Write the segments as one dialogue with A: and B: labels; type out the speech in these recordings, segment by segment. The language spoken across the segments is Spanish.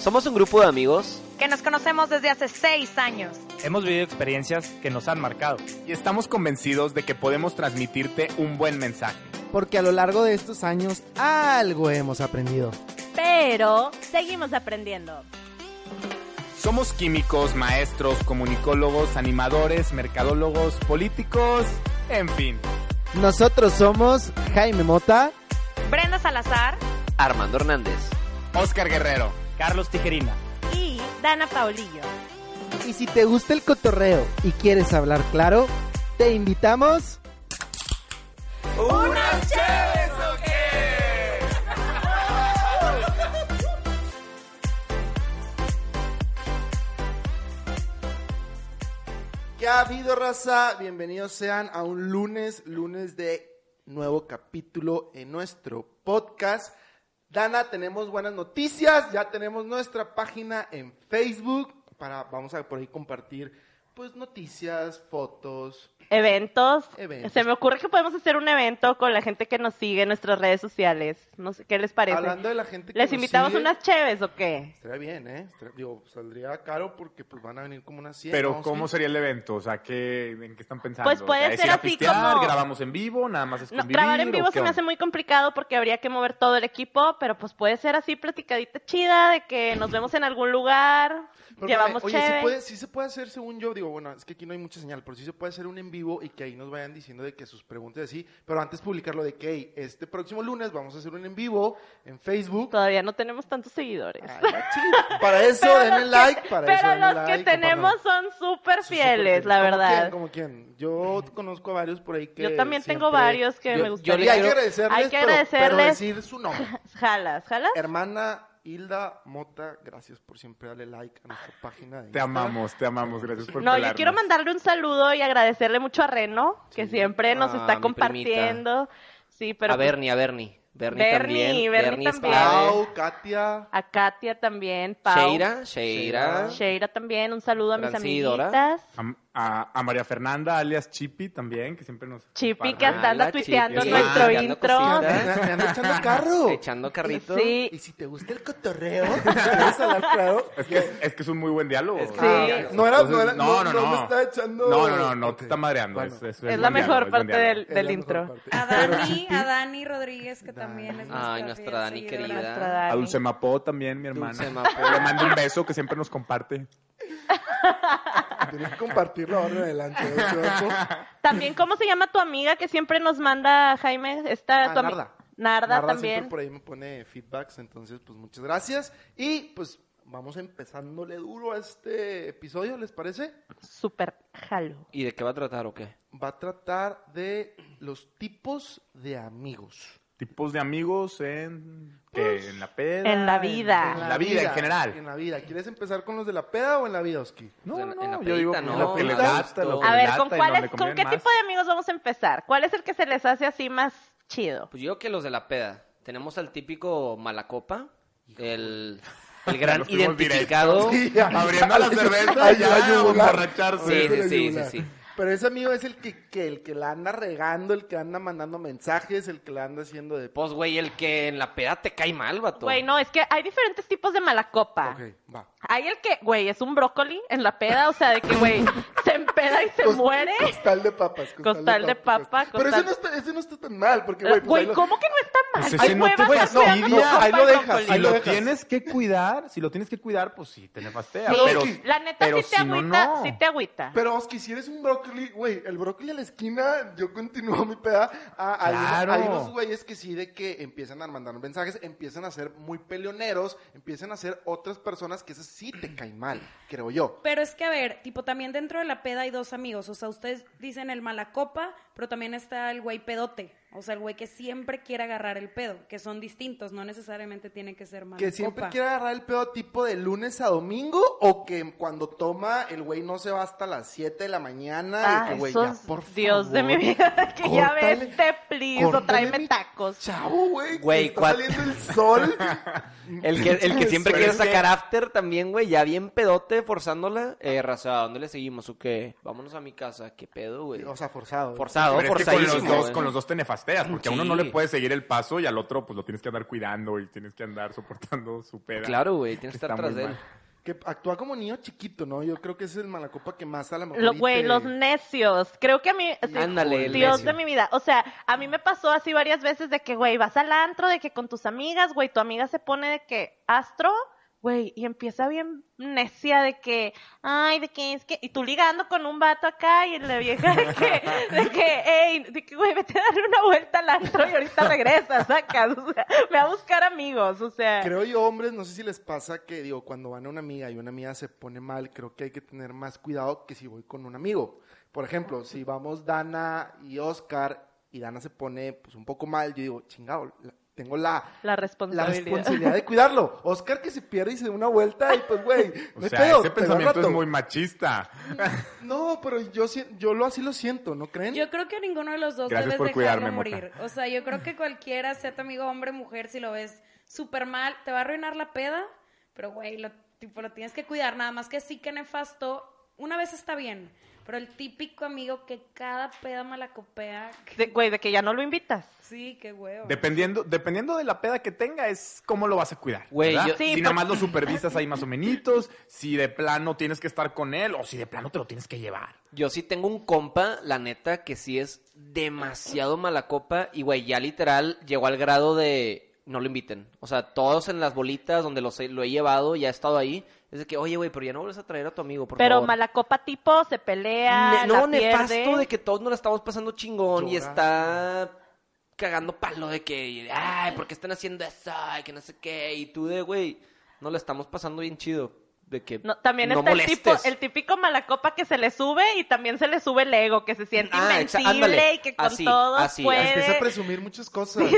A: Somos un grupo de amigos
B: que nos conocemos desde hace seis años.
C: Hemos vivido experiencias que nos han marcado.
D: Y estamos convencidos de que podemos transmitirte un buen mensaje.
E: Porque a lo largo de estos años algo hemos aprendido.
F: Pero seguimos aprendiendo.
D: Somos químicos, maestros, comunicólogos, animadores, mercadólogos, políticos, en fin.
E: Nosotros somos Jaime Mota,
B: Brenda Salazar,
A: Armando Hernández.
D: Oscar Guerrero.
C: Carlos Tijerina.
F: Y Dana Paulillo.
E: y si te gusta el cotorreo y quieres hablar claro, te invitamos.
D: ¡Unas chéves o
E: ¿Qué ha habido, raza? Bienvenidos sean a un lunes, lunes de nuevo capítulo en nuestro podcast. Dana, tenemos buenas noticias, ya tenemos nuestra página en Facebook para vamos a por ahí compartir pues noticias, fotos.
F: Eventos.
E: Eventos.
F: Se me ocurre que podemos hacer un evento con la gente que nos sigue en nuestras redes sociales. No sé, ¿qué les parece?
E: Hablando de la gente que
F: ¿Les
E: nos
F: invitamos
E: sigue,
F: unas chéves o qué?
E: Estaría bien, ¿eh? Estaría- digo, saldría caro porque pues van a venir como unas 100.
D: Pero,
E: vamos
D: ¿cómo
E: a-
D: sería el evento? O sea, ¿qué, ¿en qué están pensando?
F: Pues puede
D: O sea, ¿es
F: ser
D: ir a
F: así
D: pistear,
F: como-
D: grabamos en vivo, nada más es
F: No,
D: convivir,
F: grabar en
D: o
F: vivo
D: qué
F: se me hace
D: onda?
F: muy complicado porque habría que mover todo el equipo, pero pues puede ser así platicadita chida de que nos vemos en algún lugar,
E: Pero,
F: llevamos
E: oye, sí,
F: chéves.
E: puede- sí se puede hacer, según yo, digo, bueno, es que aquí no hay mucha señal, pero sí se puede hacer un en vivo y que ahí nos vayan diciendo de que sus preguntas así, pero antes publicarlo de que hey, este próximo lunes vamos a hacer un en vivo en Facebook.
F: Todavía no tenemos tantos seguidores.
E: Ay, la chi- Para eso, denle like, para eso.
F: pero
E: denle
F: los
E: like,
F: que tenemos
E: compartan.
F: son súper
E: Son
F: fieles,
E: súper
F: la
E: ¿Como
F: verdad.
E: quién? ¿Como quién? Yo conozco a varios por ahí que.
F: Yo también tengo
E: siempre-
F: varios que
E: Yo-
F: me
E: yo- y
F: gustaría.
E: hay que agradecerles,
F: Hay que
E: pero- Pero,
F: agradecerles.
E: decir su nombre.
F: Jalas, jalas.
E: Hermana Hilda Mota, gracias por siempre darle like a nuestra página. de
D: Te
E: Instagram.
D: amamos, te amamos, gracias por
F: No, yo
D: pelarnos.
F: quiero mandarle un saludo y agradecerle mucho a Reno, que
E: Sí.
F: siempre nos
A: Ah, mi
F: está
A: primita.
F: compartiendo. Sí, pero
A: a
F: pues,
A: Bernie, a Bernie. Bernie,
F: Bernie,
A: también.
F: Bernie
A: es
F: también.
A: clave.
E: Pau, Katia.
F: a Katia también, Pau.
A: Sheira, Sheira.
F: Sheira también, un saludo a mis
A: Transidora.
F: amiguitas.
D: A, a- a María Fernanda, alias Chipi, también, que siempre nos...
F: Chipi, que
D: comparte.
F: hasta anda
A: la
F: tuiteando
A: Chipi,
F: nuestro
A: tirando
F: intro.
E: Me
A: cositas.
E: andan- me andan echando carro.
A: Echando carrito.
F: Sí.
E: Y si te gusta el cotorreo, ¿quieres hablar claro?
D: Es que es, es que es un muy buen diálogo.
A: Es que-
E: ah,
F: Sí.
E: No era- no era-
D: Entonces,
E: no- no me está echando-
D: No, no, no, no
E: Ok.
D: te está madreando.
E: Bueno.
D: es, es- es
F: Es
D: buen
F: la
D: diálogo,
F: mejor
D: es buen
F: parte del,
D: diálogo.
E: Es la
F: del intro.
E: mejor parte.
G: A Dani, a Dani Rodríguez, que también es nuestra
A: Ay, nuestra Dani
G: fiel seguidora.
A: querida.
F: Nuestra Dani.
D: A Dulce Mapó también, mi hermana. Eh,
A: Dulce Mapó.
D: Le mando un beso que siempre nos comparte.
E: Tienes que compartirlo ahora en adelante. ¿eh, Choco?
F: También, ¿cómo se llama tu amiga que siempre nos manda, Jaime? Esta,
E: Ah,
F: tu ami-
E: Narda.
F: Narda
E: Narda
F: también.
E: siempre por ahí me pone feedbacks, entonces pues muchas gracias. Y pues vamos empezándole duro a este episodio, ¿les parece?
F: Súper jalo.
A: ¿Y de qué va a tratar o qué?
E: Va a tratar de los tipos de amigos.
D: Tipos de amigos en... ¿qué? en la peda.
F: Pues, en la vida.
D: En la vida, en general.
E: En la vida. ¿Quieres empezar con los de la peda o en la vida, Oski?
D: No,
A: En la-
D: no,
A: en la
D: yo digo
A: pedita,
D: que
A: ¿no?
D: lo que
E: En
D: les
E: la-
D: gasta, lo que les
F: A ver,
D: lata
F: ¿con,
D: y
F: cuál
D: donde
F: es- ¿con
D: conviven
F: qué
D: más.
F: tipo de amigos vamos a empezar? ¿Cuál es el que se les hace así más chido?
A: Pues yo creo que los de la peda. Tenemos al típico Malacopa, el, el gran
D: nos fuimos
A: identificado.
D: Abriendo la cerveza
E: Ay,
D: ya,
E: la yugular.
D: emborracharse.
A: Sí, sí,
E: la
A: sí,
E: yugular.
A: sí, sí.
E: Pero ese amigo es el que, que el que la anda regando, el que anda mandando mensajes, el que la anda haciendo de...
A: Pues, güey, el que en la peda te cae mal, vato.
F: Güey, no, es que hay diferentes tipos de mala copa.
D: Ah.
E: Ok, va.
F: Hay el que, güey, es un brócoli en la peda, o sea, de que, güey, se empeda y se
E: Cos-
F: muere.
E: Costal de papas.
F: Costal de papa,
E: Pero ese
F: costal-
E: no, está, ese no está tan mal, porque, güey,
F: Güey,
E: pues, ahí lo-
F: ¿cómo que no está mal?
D: Pues ese
F: Ay,
D: no
F: güey,
D: te-
F: vas
D: güey,
F: a
D: no,
F: cuidar
D: y
F: con
D: día,
F: tu
D: ahí
F: copa
E: lo
F: de
E: dejas,
F: brócoli.
D: Si
E: ahí
D: lo
E: dejas.
D: tienes que cuidar, si lo tienes que cuidar, pues sí, te nefastea.
F: Sí,
D: pero,
F: la neta
D: pero
F: sí te
D: si no,
F: agüita,
D: no.
F: sí te agüita.
E: Pero Oski, si eres un brócoli, güey, el brócoli a la esquina, yo continúo mi peda. Ah, hay,
D: Claro.
E: hay unos güeyes que sí, de que empiezan a mandar mensajes, empiezan a ser muy peleoneros, empiezan a ser otras personas que esas sí te caen mal, creo yo.
G: Pero es que, a ver, tipo, también dentro de la peda hay dos amigos. O sea, ustedes dicen el mala copa, pero también está el güey pedote. O sea, el güey que siempre quiere agarrar el pedo, que son distintos, no necesariamente tiene que ser mala
E: Que siempre
G: copa.
E: quiere agarrar el pedo tipo de lunes a domingo o que cuando toma el güey no se va hasta las 7 de la mañana
F: Ah,
E: y que güey ya
F: esos
E: por
F: Dios de mi
E: favor,
F: vida, que ya
E: córtale-
F: vete, please, o
E: córtale
F: tráeme
E: mi
F: tacos.
E: Chavo,
A: Güey,
E: güey, güey, está
A: cuat-
E: saliendo el sol.
A: El que, el que siempre
D: Pero
A: quiere
D: es que-
A: sacar after también, güey, ya bien pedote, forzándola. Eh, raza, ¿a dónde le seguimos o qué? Vámonos a mi casa, qué pedo, güey.
E: o sea, forzado.
A: Forzado,
D: Pero es que con los
A: forzadísimo. eh.
D: dos,
A: güey.
D: con los dos te
H: pasteas, porque a uno
A: Sí.
H: no le puedes seguir el paso y al otro pues lo tienes que andar cuidando y tienes que andar soportando su peda.
A: Claro, güey, tienes que estar
H: Está
A: atrás
H: muy
A: de él.
H: mal.
E: Que actúa como niño chiquito, ¿no? Yo creo que ese es el malacopa que más a la mejor.
F: Lo-
E: y
F: Güey,
E: te-
F: los necios. Creo que a mí. así,
A: Ándale, el
F: Dios
A: necio.
F: de mi vida. O sea, a mí me pasó así varias veces de que, güey, vas al antro, de que con tus amigas, güey, tu amiga se pone de que astro, güey, y empieza bien necia de que, ay, de que es que. Y tú ligando con un vato acá y la vieja de que, de que, ey, de que, güey, vete a darle una vuelta al antro y ahorita regresas, sacas. O sea, me va a buscar amigos, o sea.
E: Creo yo, hombres, no sé si les pasa que, digo, cuando van a una amiga y una amiga se pone mal, creo que hay que tener más cuidado que si voy con un amigo. Por ejemplo, si vamos Dana y Oscar y Dana se pone pues un poco mal, yo digo, chingado, la- tengo la,
F: La
E: la
F: responsabilidad.
E: responsabilidad de cuidarlo. Oscar que se pierde y se da una vuelta y pues, güey,
H: O
E: no hay
H: sea,
E: pedo,
H: ese
E: te veo al
H: pensamiento es
E: rato.
H: muy machista.
E: No, pero yo, si- yo lo así lo siento, ¿no creen?
G: Yo creo que ninguno de los dos
H: Gracias
G: debes
H: por
G: dejarlo
H: cuidarme, Mota.
G: morir. O sea, yo creo que cualquiera, sea tu amigo hombre mujer, si lo ves súper mal, te va a arruinar la peda, pero güey, lo, tipo, lo tienes que cuidar. Nada más que sí que nefasto, una vez está bien, pero el típico amigo que cada peda malacopea, que-
F: De- Güey, de que ya no lo invitas.
G: sí, qué huevo.
H: Dependiendo, dependiendo de la peda que tenga, es cómo lo vas a cuidar.
A: Güey,
H: ¿verdad?
A: yo-
F: Sí,
H: si nada
F: por-
H: más lo supervisas ahí más o menos, si de plano tienes que estar con él o si de plano te lo tienes que llevar.
A: Yo sí tengo un compa, la neta, que sí es demasiado mala copa. Y, güey, ya literal llegó al grado de no lo inviten. O sea, todos en las bolitas donde los he- lo he llevado, ya he estado ahí. Es de que, oye, güey, pero ya no vuelves a traer a tu amigo, por
F: Pero
A: favor.
F: malacopa tipo se pelea.
A: Ne- no,
F: la pierde.
A: nefasto de que todos nos la estamos pasando chingón y
E: Llora.
A: está cagando palo de que, ay, ¿por qué están haciendo eso? Ay, que no sé qué. Y tú de, güey, no la estamos pasando bien chido. De que
F: No, también
A: no
F: está el, tipo,
A: molestes.
F: el típico malacopa que se le sube y también se le sube el ego, que se siente
A: Ah, exa-
F: invencible
A: ándale.
F: y que con
A: Así,
F: todos
A: así,
E: Empieza a
F: puede.
E: presumir muchas cosas.
A: Así,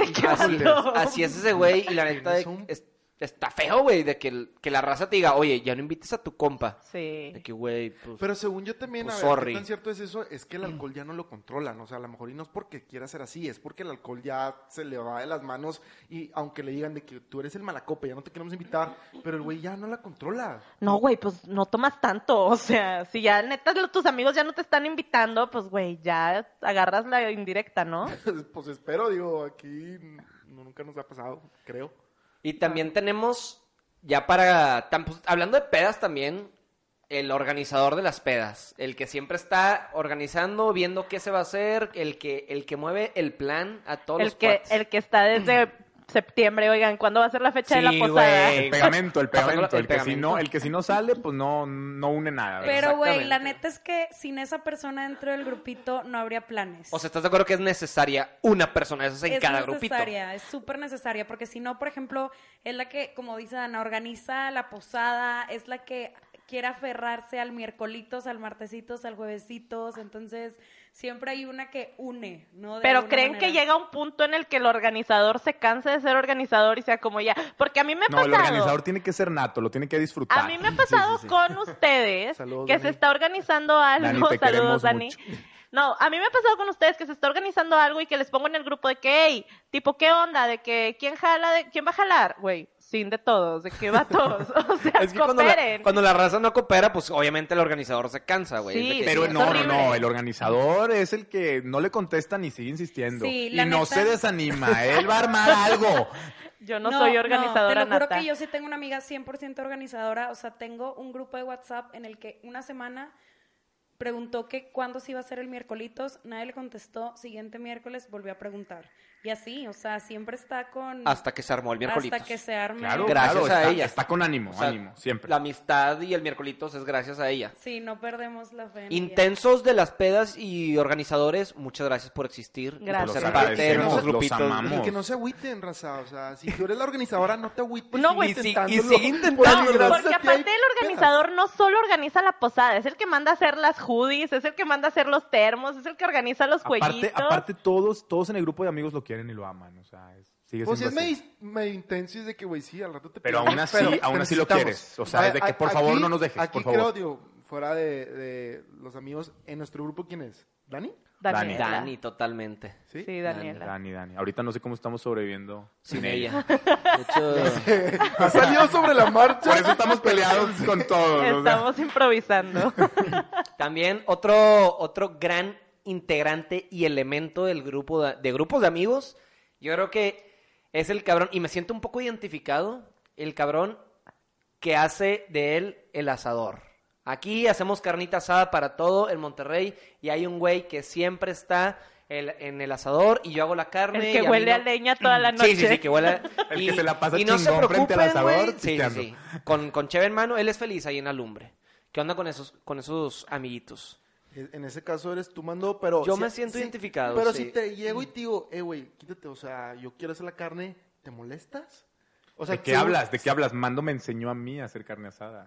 E: Híjole.
F: pasó?
A: así es ese güey y la neta de-
E: Tienes un-
A: es- está feo, güey, de que, el- que la raza te diga, oye, ya no invites a tu compa. De
F: Sí.
A: que, güey, pues...
E: Pero según yo también,
A: Pues,
E: a ver,
A: sorry.
E: ¿qué tan cierto es eso? Es que el alcohol ya no lo controlan. O sea, a lo mejor y no es porque quiera ser así, es porque el alcohol ya se le va de las manos y aunque le digan de que tú eres el malacopa, ya no te queremos invitar, pero el güey ya no la controla.
F: No, güey, pues no tomas tanto. O sea, si ya neta lo- tus amigos ya no te están invitando, pues güey, ya agarras la indirecta, ¿no?
E: pues espero, digo, aquí no- nunca nos ha pasado, creo.
A: Y también tenemos, ya para... tam- pues, hablando de pedas también, el organizador de las pedas. El que siempre está organizando, viendo qué se va a hacer, el que, el que mueve el plan a todos los
F: El que,
A: cuates.
F: el que está desde septiembre, oigan, ¿cuándo va a ser la fecha de la
A: Sí,
F: posada?
A: güey.
H: El pegamento, el pegamento,
A: El
H: el, que si
A: pegamento.
H: no, el que si no sale, pues no, no une nada. ¿verdad?
G: Pero güey, la
A: Exactamente.
G: neta es que sin esa persona dentro del grupito no habría planes.
A: O sea, ¿estás de acuerdo que es necesaria una persona de esas en
G: es
A: cada grupito?
G: necesaria, es súper necesaria, porque si no, por ejemplo, es la que, como dice Dana, organiza la posada, es la que quiere aferrarse al miércolitos, al martesitos, al juevesitos, entonces siempre hay una que une, ¿no? De
F: Pero
G: alguna
F: creen que
G: manera.
F: llega un punto en el que el organizador se canse de ser organizador y sea como ya. Porque a mí me ha
H: No, el
F: pasado.
H: organizador tiene que ser nato, lo tiene que disfrutar.
F: A mí me ha pasado con ustedes
E: Saludos,
F: que se
E: Dani.
F: está organizando algo.
H: Dani, te
F: Saludos,
H: queremos
F: Dani.
H: mucho.
F: No, a mí me ha pasado con ustedes que se está organizando algo y que les pongo en el grupo de que, hey, tipo, ¿qué onda? De que, ¿quién jala? De, ¿Quién va a jalar? Güey, sin de todos, de que va todos. O sea,
A: Es que cuando la,
F: cooperen.
A: cuando la raza no coopera, pues obviamente el organizador se cansa, güey.
F: Sí,
A: Es de que-
H: Pero
F: Sí,
H: no,
F: es
H: no, no,
F: horrible.
H: el organizador es el que no le contesta ni sigue insistiendo.
G: Sí,
H: y
G: la
H: no
G: neta-
H: se desanima, él va a armar algo.
F: Yo no, soy organizadora
G: Te lo juro
F: nata.
G: que yo sí tengo una amiga 100% organizadora. O sea, tengo un grupo de WhatsApp en el que una semana preguntó que cuándo se iba a hacer el miércolitos, nadie le contestó, siguiente miércoles volvió a preguntar. Y así, o sea, siempre está con...
A: Hasta que se armó el miércoles.
G: Hasta que se arme.
H: Claro,
A: Gracias
H: claro,
A: a
H: está,
A: ella.
H: Está con ánimo,
A: O sea,
H: ánimo, siempre.
A: La amistad y el miércolitos es gracias a ella.
G: Sí, no perdemos la fe. en ella.
A: Intensos de las pedas y organizadores, muchas gracias por existir. y
F: Gracias.
A: Por ser
F: Los
A: parte de
H: agradecemos,
A: nuestros
H: los
A: grupitos.
H: amamos.
E: Y que no se agüiten, raza. O sea, si tú eres la organizadora, no te agüites.
F: No,
E: sigue
F: güey,
A: y si- y
E: intentándolo.
A: sigue intentándolo.
E: Porque gracias
F: Porque
E: a ti hay
F: aparte el
E: pedas.
F: organizador no solo organiza la posada, es el que manda a hacer las hoodies, es el que manda a hacer los termos, es el que organiza los
H: Aparte,
F: cuellitos.
H: aparte todos, todos en el grupo de amigos lo quieren y lo aman, o sea, es- sigue
E: Pues sí, es
H: siendo así.
E: medio, medio intenso y es de que, güey, sí, al rato te
H: Pero
E: pegamos,
H: aún así-
E: pero
H: aún
E: te
H: así lo
E: necesitamos.
H: quieres. O sea, es de que, por favor, no nos dejes,
E: Aquí
H: por favor.
E: creo, digo, fuera de, de los amigos, en nuestro grupo, ¿quién es? ¿Dani?
F: Daniela.
A: Dani, totalmente.
E: Sí.
F: Sí,
A: Daniela.
F: Daniela.
H: Dani, Dani. Ahorita no sé cómo estamos sobreviviendo
A: Sin ella. De hecho,
E: Ha salido sobre la marcha.
H: Por eso estamos peleados con todos. o sea.
F: Estamos improvisando.
A: también otro, otro gran integrante y elemento del grupo de, de grupos de amigos. Yo creo que es el cabrón, y me siento un poco identificado, el cabrón que hace de él el asador. Aquí hacemos carnita asada para todo en Monterrey y hay un güey que siempre está el- en el asador y yo hago la carne.
F: El
A: y a
F: que
A: mí
F: huele a
A: no-
F: leña toda la noche.
A: Sí, sí, sí, que huele.
D: El que se la pasa
A: y no se
D: chingón frente al
A: preocupen,
D: asador,
A: güey. Sí, sí,
D: pisteando.
A: sí. Con, con Cheve en mano, él es feliz ahí en la lumbre. ¿Qué onda con esos, con esos amiguitos?
E: En ese caso eres tú, mando, pero...
A: Yo me siento identificado,
E: Pero
A: sí.
E: si te llego y te digo, eh, güey, quítate, o sea, yo quiero hacer la carne, ¿te molestas? O sea,
D: ¿De qué
E: seguro-
D: hablas? ¿De qué hablas? Mando me enseñó a mí a hacer carne asada.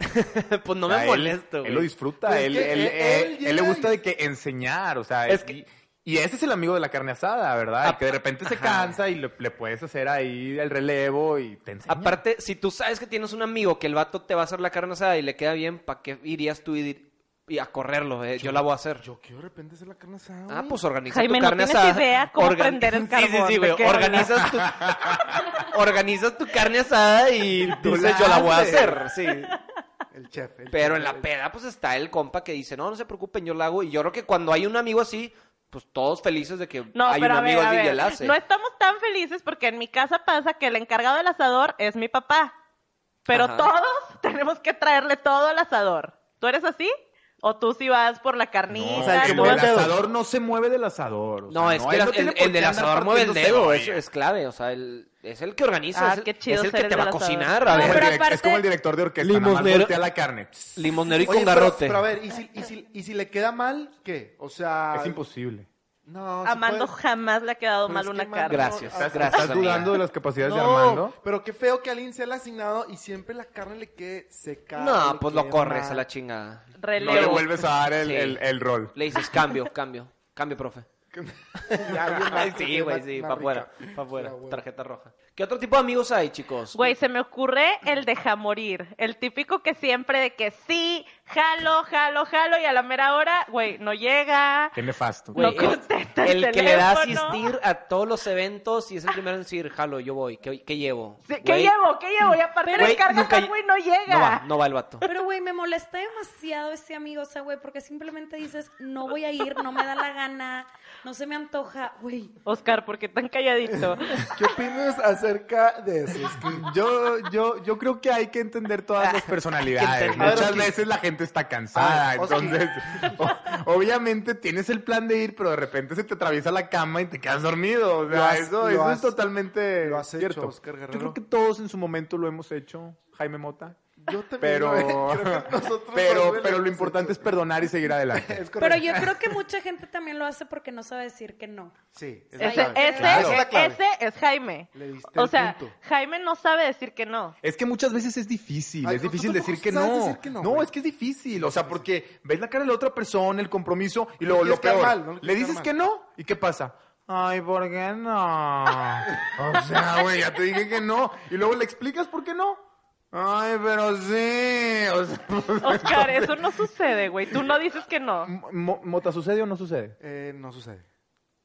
A: pues no
D: A
A: me
D: Ah, él-
A: molesto,
D: Él,
A: güey.
D: lo disfruta,
E: Pues
D: él,
E: que
A: e-
D: él-
E: él-
D: él-
E: él
D: él le
E: llega
D: gusta
E: y-
D: de que enseñar, o sea,
A: Es
D: y-
A: que-
D: y, ese es el amigo de la carne asada, ¿verdad? El
A: Ap-
D: que de repente se
A: ajá.
D: cansa y le, le puedes hacer ahí el relevo y te enseña.
A: Aparte, si tú sabes que tienes un amigo que el vato te va a hacer la carne asada y le queda bien, ¿para qué irías tú y, dir- y a correrlo? eh? Yo, la voy a hacer.
E: Yo quiero de repente hacer la carne asada,
A: Ah,
E: güey.
A: pues organiza
F: Jaime,
A: tu
F: no
A: carne
F: tienes
A: asada.
F: idea cómo
A: Organ-
F: prender el
A: Sí, sí,
F: carbón,
A: sí,
F: ¿de
A: güey.
F: qué
A: Organizas tu... organizas tu carne asada y tú
D: Tú
A: dices,
D: la
A: yo la voy a
D: haces".
A: hacer, sí.
E: El chef. el
A: Pero
E: chef,
A: en la
E: el-
A: peda, pues está el compa que dice, no, no se preocupen, yo la hago. Y yo creo que cuando hay un amigo así, pues todos felices de que
F: No,
A: hay un
F: pero a
A: amigo
F: ver, a
A: así que
F: ver,
A: la hace.
F: No estamos tan felices porque en mi casa pasa que el encargado del asador es mi papá. Pero
A: Ajá.
F: todos tenemos que traerle todo al asador. ¿Tú eres así? ¿O tú sí vas por la
D: No,
F: carnita?
E: o sea, que
D: el
F: tú
D: del
E: mueve
F: vas-
E: el dedo.
D: asador no se mueve del asador. o sea,
A: No, es que
D: él
A: la-
D: no
A: el,
D: tiene
A: el
D: por qué
A: del
D: andar
A: asador mueve el
D: partiendo
A: dedo,
D: cebolla.
A: eso es clave, o sea, el- es el que organiza,
F: Ah,
A: es el,
F: qué chido
A: es el
F: ser
A: que
F: el
A: te va a
F: del asador.
A: cocinar. a
D: Es
G: No,
D: como
A: ver,
D: el
G: pero
D: direc- es como
G: aparte-
D: el director de orquesta, nada más
A: Limosnero.
D: voltea la carne.
A: limonero y
E: Oye,
A: con
E: pero-
A: garrote.
E: Pero a ver, ¿y si, y, si, ¿y si le queda mal? ¿Qué? O sea...
D: Es imposible.
A: Ah,
E: No, sí
F: Amando
E: puede-
F: jamás le ha quedado
E: Pero
F: mal
E: Pues, es que
F: una
E: Amando-
F: carne.
A: Gracias,
E: Ah,
D: ¿Estás,
A: gracias.
D: estás
A: amiga.
D: dudando de las capacidades de
E: No,
D: Armando?
E: pero qué feo que alguien sea el asignado y siempre la carne le quede seca.
A: No,
E: le
A: pues
E: quede
A: lo corres
E: mal.
A: a la chingada.
D: No
F: Relevo.
D: le vuelves a dar el,
A: Sí.
D: el- el rol.
A: Le dices, cambio, cambio, cambio, profe.
E: Ya, alguien más, que
A: sí,
E: quede
A: güey,
E: más-
A: sí,
E: más
A: para
E: rica.
A: afuera, para afuera,
E: Ah, güey.
A: tarjeta roja. ¿Qué otro tipo de amigos hay, chicos?
F: Güey, se me ocurre el deja morir. El típico que siempre de que sí, jalo, jalo, jalo y a la mera hora, güey, no llega.
D: Qué nefasto.
A: Güey,
F: No contesta
A: el,
F: el
A: que le da a
F: teléfono.
A: asistir a todos los eventos y es el primero en decir, jalo, yo voy, ¿qué, qué llevo?
F: Sí, ¿Qué
A: Güey,
F: llevo? ¿Qué llevo? Y aparte
A: güey,
F: le cargas
A: nunca
F: algo y no llega.
A: No va, no va el vato.
G: Pero, güey, me molesta demasiado ese amigo, o sea, güey, porque simplemente dices, no voy a ir, no me da la gana, no se me antoja, güey.
F: Oscar, ¿por qué tan calladito?
E: ¿Qué opinas acerca de eso? Es que-
D: Yo, yo, yo creo que hay que entender todas las
A: Hay que
D: personalidades.
A: entender.
E: A ver,
D: Muchas
E: Oski.
D: veces la gente está cansada,
E: A ver, Oski.
D: entonces o- obviamente tienes el plan de ir, pero de repente se te atraviesa la cama y te quedas dormido. O
E: Lo
D: sea,
E: has-
D: eso,
E: lo
D: eso
E: has-
D: es totalmente
E: lo has hecho,
D: cierto.
E: Oscar Guerrero.
D: yo creo que todos en su momento lo hemos hecho, Jaime Mota.
E: Yo también
D: Pero,
E: creo que nosotros
D: pero,
E: también
D: pero
E: hemos
D: lo importante es
E: hecho.
D: perdonar y seguir adelante.
E: Es
G: Pero
E: correcto.
G: yo creo que mucha gente también lo hace porque no sabe decir que no.
E: Sí, es la
F: ese,
E: clave.
F: ese,
E: Claro. Esa es la clave.
F: ese es Jaime.
E: Le diste
F: O
E: el
F: sea,
E: punto.
F: Jaime no sabe decir que no.
D: Es que muchas veces es difícil,
E: Ay,
D: es
E: no, tú
D: difícil
E: tampoco
D: decir que,
E: sabes
D: no.
E: decir que no,
D: No,
E: güey.
D: es que es difícil, o sea, porque ves la cara de la otra persona, el compromiso, y luego
E: quieres
D: lo
E: quedar
D: peor,
E: mal, no le
D: le
E: quieres
D: dices
E: quedar
D: que no, ¿y qué pasa? Ay, ¿por qué no? O sea, güey, ya te dije que no, y luego le explicas por qué no. Ay, pero sí, o sea,
F: Oscar, eso no sucede, güey. Tú no dices que no.
D: Mo- ¿Mota sucede o no sucede?
E: Eh, no sucede.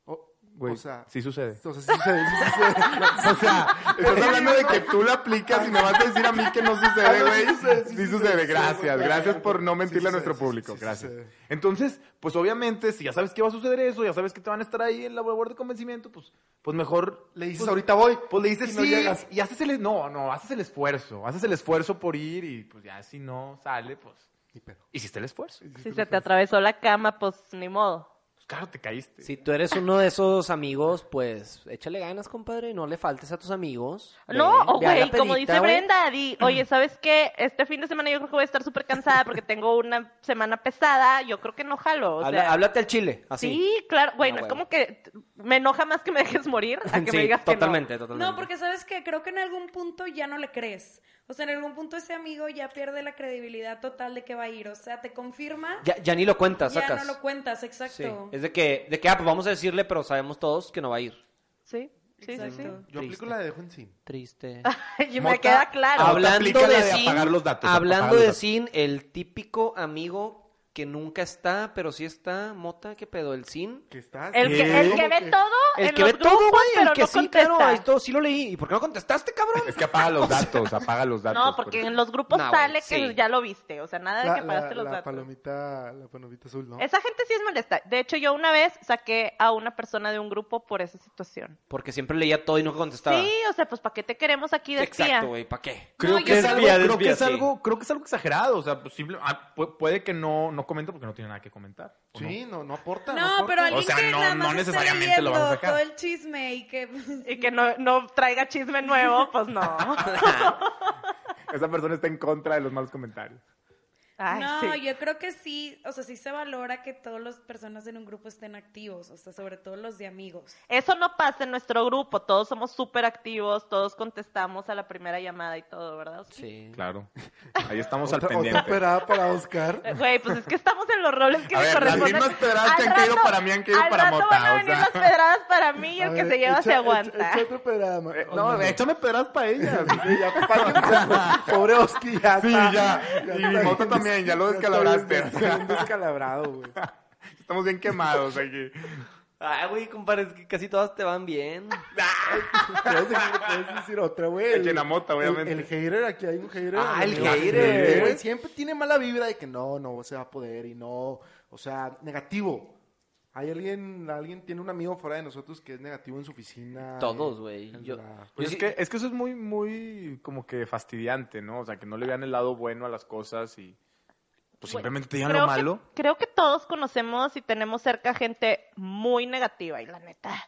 E: O,
D: Güey,
E: o sea,
D: sí sucede.
E: o sea, sí sucede, sí sucede.
D: O sea, estás hablando de que tú la aplicas y me vas a decir a mí que no
E: Ah,
D: sucede,
E: no, sí
D: güey.
E: sucede, sí
D: Sí
E: sucede,
D: sucede,
E: sí,
D: gracias.
E: güey.
D: Gracias por no
E: Sí
D: mentirle a
E: sucede,
D: nuestro
E: sí,
D: público,
E: sí
D: gracias.
E: sucede.
D: Entonces, pues obviamente, si ya sabes que va a suceder eso, ya sabes que te van a estar ahí en la labor de convencimiento, pues, pues mejor...
E: Le dices,
D: pues,
E: ahorita voy.
D: Pues le dices
E: y no
D: sí
E: llegas.
D: y haces el... No, no, haces el esfuerzo. Haces el esfuerzo por ir y pues ya si no sale, pues...
E: Ni pedo.
D: Hiciste el esfuerzo.
F: Si se te atravesó la cama, pues ni modo.
D: Pues claro, te caíste.
A: Si tú eres uno de esos amigos, pues échale ganas, compadre, no le faltes a tus amigos.
F: No,
A: Ve,
F: o
A: ve a la
F: güey, como
A: pedita,
F: dice
A: güey.
F: Brenda, di, oye, ¿sabes qué? Este fin de semana yo creo que voy a estar súper cansada porque tengo una semana pesada. Yo creo que no jalo. O
A: Habla-
F: sea,
A: háblate al chile, así.
F: sí, claro. Güey,
A: No,
F: no es
A: güey.
F: como que me enoja más que me dejes morir a que
A: Sí,
F: me digas que no.
A: totalmente, totalmente.
G: No, porque sabes que creo que en algún punto ya no le crees. O sea, en algún punto ese amigo ya pierde la credibilidad total de que va a ir. O sea, te confirma, ya,
A: Ya, ya ni lo cuentas, sacas.
G: no lo cuentas, exacto.
A: Sí, Es de que, de que, ah, pues vamos a decirle, pero sabemos todos que no va a ir.
F: Sí, sí, sí, sí.
G: Exacto.
E: Yo aplico
A: Triste.
E: la de dejo en sin.
A: Triste.
F: Y me
D: Mota,
F: queda claro.
D: habla-
A: Hablando
D: aplica la
A: de
D: de
A: sin,
D: apagar los datos,
A: hablando
D: apagar los
A: de
D: datos.
A: sin, el típico amigo que nunca está, pero sí está, Mota, ¿qué pedo? ¿El sin?
E: ¿Qué estás?
F: El que, el que
E: ¿Cómo
F: ve todo,
A: El
F: en
A: que
F: los
A: ve todo,
F: grupos,
A: güey, el
F: pero
A: que
F: no
A: sí,
F: contesta.
A: claro, ahí todo, sí lo leí. ¿Y por qué no contestaste, cabrón?
D: Es que apaga los datos, apaga los datos.
F: No, porque
D: por
F: en los grupos
A: No, güey,
F: sale que
A: sí.
F: ya lo viste, o sea, nada de
E: La,
F: que apagaste
E: la-
F: los
E: la
F: datos.
E: palomita, la palomita azul, ¿no?
F: Esa gente sí es molesta. De hecho, yo una vez saqué a una persona de un grupo por esa situación.
A: Porque siempre leía todo y no contestaba.
F: Sí, o sea, pues ¿para qué te queremos aquí de espía?
A: Exacto, güey, ¿para qué?
D: Creo
G: No,
D: que
G: yo
D: es
G: creo-
D: algo,
C: Desvía,
D: creo que
C: desvía,
D: es
C: sí.
D: algo, creo que es algo exagerado, o sea, pues, simple- ah, pu- puede que no, no comente porque no tiene nada que comentar. ¿o no?
E: Sí, no, no aporta.
G: No, pero
E: aporta.
G: alguien
D: O sea,
G: que
D: no-
G: nada
D: no
G: más esté
D: necesariamente lo vas a
G: leyendo
D: sacar.
G: todo el chisme y que...
F: Y que no, no traiga chisme nuevo, pues no.
D: Esa persona está en contra de los malos comentarios.
F: Ay,
G: no,
F: sí.
G: yo creo que sí, o sea, sí se valora que todas las personas en un grupo estén activos, o sea, sobre todo los de amigos.
F: Eso no pasa en nuestro grupo. Todos somos súper activos, todos contestamos a la primera llamada y todo, ¿verdad? Oski?
A: Sí.
D: Claro. Ahí estamos al
E: Otra- otra
D: pendiente.
E: operada para Oscar.
F: Eh, Güey, pues es que estamos en los roles que
D: A
F: me
D: ver, las
F: corresponden.
D: mismas pedradas que
F: Al
D: han caído
F: rato-
D: para mí han caído
F: al
D: para
F: rato
D: Mota,
F: Van
D: o
F: a venir
D: sea.
F: las pedradas para mí y
E: A
F: el que
E: ver,
F: se lleva se
E: echa-
F: aguanta.
E: echa- echa otro programa.
D: Eh,
E: Oh,
D: No, échame pedazos para ella.
E: Sí, ya, pásense. Pobre Oski, ya
D: Sí,
E: está-
D: ya. Y
E: está
D: Mota
E: bien
D: también, ya lo
E: des-
D: descalabraste.
E: está bien- está bien descalabrado, güey.
D: Estamos bien quemados aquí.
A: Ay, Ah, güey, compadre, es que casi todas te van bien.
E: Puedes decir- puedes decir otra, güey.
D: Aquí en la mota, obviamente.
E: El, el hater, aquí hay un hater.
A: Ah, el
E: Amigo,
A: hater.
E: sí, güey, siempre tiene mala vibra de que no, no se va a poder y no. O sea, negativo. Hay alguien, alguien tiene un amigo fuera de nosotros que es negativo en su oficina.
A: Todos,
E: eh,
A: güey.
E: en
A: Yo-
E: la-
D: Pues
A: sí-
D: es, que, es que eso es muy, muy como que fastidiante, ¿no? O sea, que no le vean el lado bueno a las cosas y pues simplemente te digan lo malo.
F: Que, creo que todos conocemos y tenemos cerca gente muy negativa y la neta,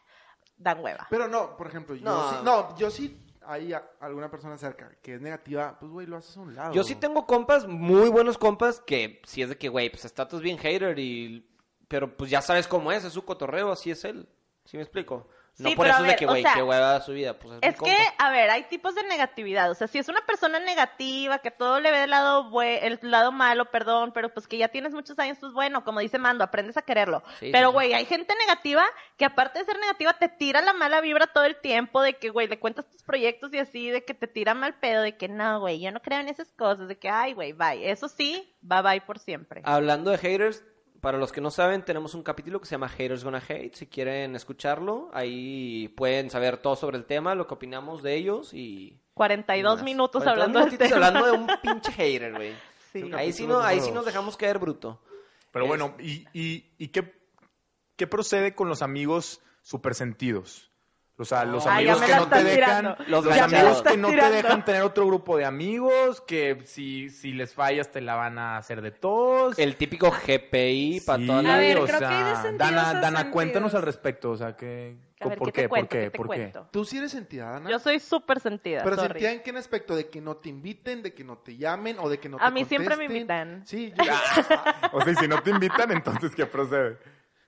F: dan hueva.
E: Pero no, por ejemplo,
A: No.
E: yo sí. No, yo sí. Hay a- alguna persona cerca que es negativa, pues, güey, lo haces a un lado.
A: Yo sí tengo compas, muy buenos compas, que si es de que, güey, pues estatus bien hater y... Pero pues ya sabes cómo es, es su cotorreo, así es él. ¿Sí me explico? No
F: Sí,
A: por
F: pero
A: eso
F: a
A: es de
F: ver,
A: que,
F: o
A: güey,
F: sea,
A: qué hueva su vida. Pues es, mi
F: Es que,
A: compa.
F: a ver, hay tipos de negatividad. O sea, si es una persona negativa, que todo le ve del lado, bue- el lado malo, perdón, pero pues que ya tienes muchos años, pues bueno, como dice Mando, aprendes a quererlo.
A: Sí, sí,
F: pero,
A: sí.
F: güey, hay gente negativa que aparte de ser negativa, te tira la mala vibra todo el tiempo, de que, güey, le cuentas tus proyectos y así, de que te tira mal pedo, de que no, güey, yo no creo en esas cosas, de que, ay, güey, bye. Eso sí, bye bye por siempre.
D: Ah,
A: Hablando de haters, para los que no saben, tenemos un capítulo que se llama Haters Gonna Hate. Si quieren escucharlo, ahí pueden saber todo sobre el tema, lo que opinamos de ellos y...
F: 42
A: más. 42
F: minutos hablando del
A: minutitos
F: tema.
A: hablando de un pinche hater, güey.
F: Sí.
A: Ahí sí,
E: capítulo
A: no, ahí
E: número
A: sí nos
E: dos.
A: dejamos caer bruto.
D: Pero bueno, ¿y, y, y qué, qué procede con los amigos supersentidos? O sea, los
A: Ah, ya
D: amigos
A: me
D: que
A: la
D: no te
A: estás
D: dejan,
F: tirando.
D: los,
A: Ya me la
D: amigos
F: estás
D: que no
F: tirando.
D: te dejan tener otro grupo de amigos, que si, si les fallas te la van a hacer de todos.
A: El típico GPI para toda la
G: A ver,
A: vida.
G: creo que hay de sentidos
D: Dana,
G: a
D: Dana
G: sentidos.
D: cuéntanos al respecto, o sea, que,
F: A ver,
D: ¿por,
F: ¿qué
D: qué, ¿por
F: te cuento?
D: qué?
F: ¿Qué te
D: ¿Por qué?
F: cuento?
E: ¿Tú sí eres sentida, Ana?
F: Yo soy súper sentida.
E: Pero
F: sorry.
E: sentía en qué en aspecto de que no te inviten, de que no te llamen o de que no te
F: A mí siempre me
E: contesten?
F: invitan.
E: Sí, yo-
D: Ah, O sea, y si no te invitan, entonces ¿qué procede?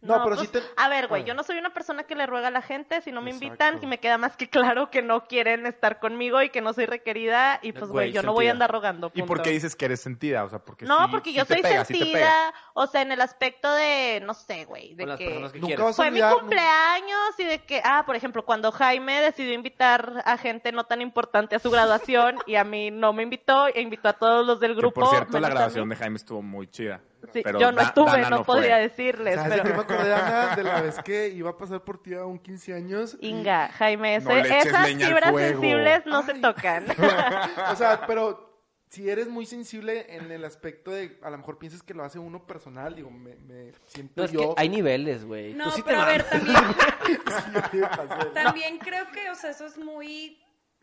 E: No, pero
F: pues,
E: sí te-
F: A ver, güey,
E: Ah.
F: yo no soy una persona que le ruega a la gente, si no me invitan,
E: Exacto.
F: y me queda más que claro que no quieren estar conmigo y que no soy requerida, y pues, güey, yo no voy a
D: sentida.
F: andar rogando.
D: ¿Y por
F: punto.
D: qué dices que eres sentida? O sea, porque
F: No,
D: sí-
F: porque
D: sí
F: yo
D: te
F: soy
D: pega, sí te pega.
F: sentida, o sea, en el aspecto de, no sé, güey, de
A: Con las personas que
E: Nunca
A: quieres.
E: vas a
F: Fue mi
E: olvidar, ¿no?
F: cumpleaños y de que, ah, por ejemplo, cuando Jaime decidió invitar a gente no tan importante a su graduación y a mí no me invitó, e invitó a todos los del
D: Que,
F: grupo.
D: por cierto, la
F: menos a mí.
D: grabación de Jaime estuvo muy chida.
F: Sí,
D: pero
F: yo no
D: Da-
F: estuve,
D: Dana
F: no,
D: fue.
F: podría decirles,
E: ¿Sabes de
F: pero...
E: qué me acordé, Ana? De la vez que iba a pasar por ti a un 15 años. y-
F: Inga, Jaime,
D: No
F: ese-
D: le eches
F: esas
D: leña al
F: fibras
D: fuego.
F: sensibles no se
E: Ay.
F: tocan.
E: o sea, pero si eres muy sensible en el aspecto de, a lo mejor piensas que lo hace uno personal, digo, me, me siento
A: No, es
E: yo.
A: que hay niveles, güey.
G: No,
A: Tú sí te
G: pero a ver,
A: mamas.
G: también,
E: ¿Qué pasó?
G: también creo que, o sea, eso es muy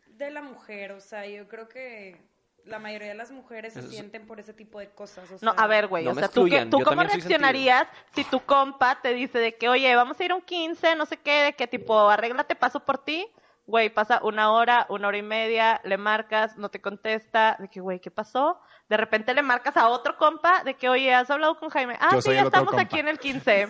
G: de la mujer, o sea, yo creo que la mayoría de las mujeres se sienten por ese tipo de cosas. o
F: No,
G: sea,
F: a ver, güey,
A: No
F: o
A: me
F: sea, ¿tú, qué-
A: excluyan,
F: tú
A: yo
F: cómo
A: también soy
F: reaccionarías si tu compa te dice de que, oye, vamos a ir a un 15, no sé qué, de que tipo, arréglate, paso por ti? Güey, pasa una hora, una hora y media, le marcas, no te contesta, de que, güey, ¿qué pasó? De repente le marcas a otro compa de que, oye, ¿has hablado con Jaime? Ah,
D: Yo
F: sí,
D: soy
F: ya
D: el otro
F: estamos
D: compa.
F: aquí en el 15.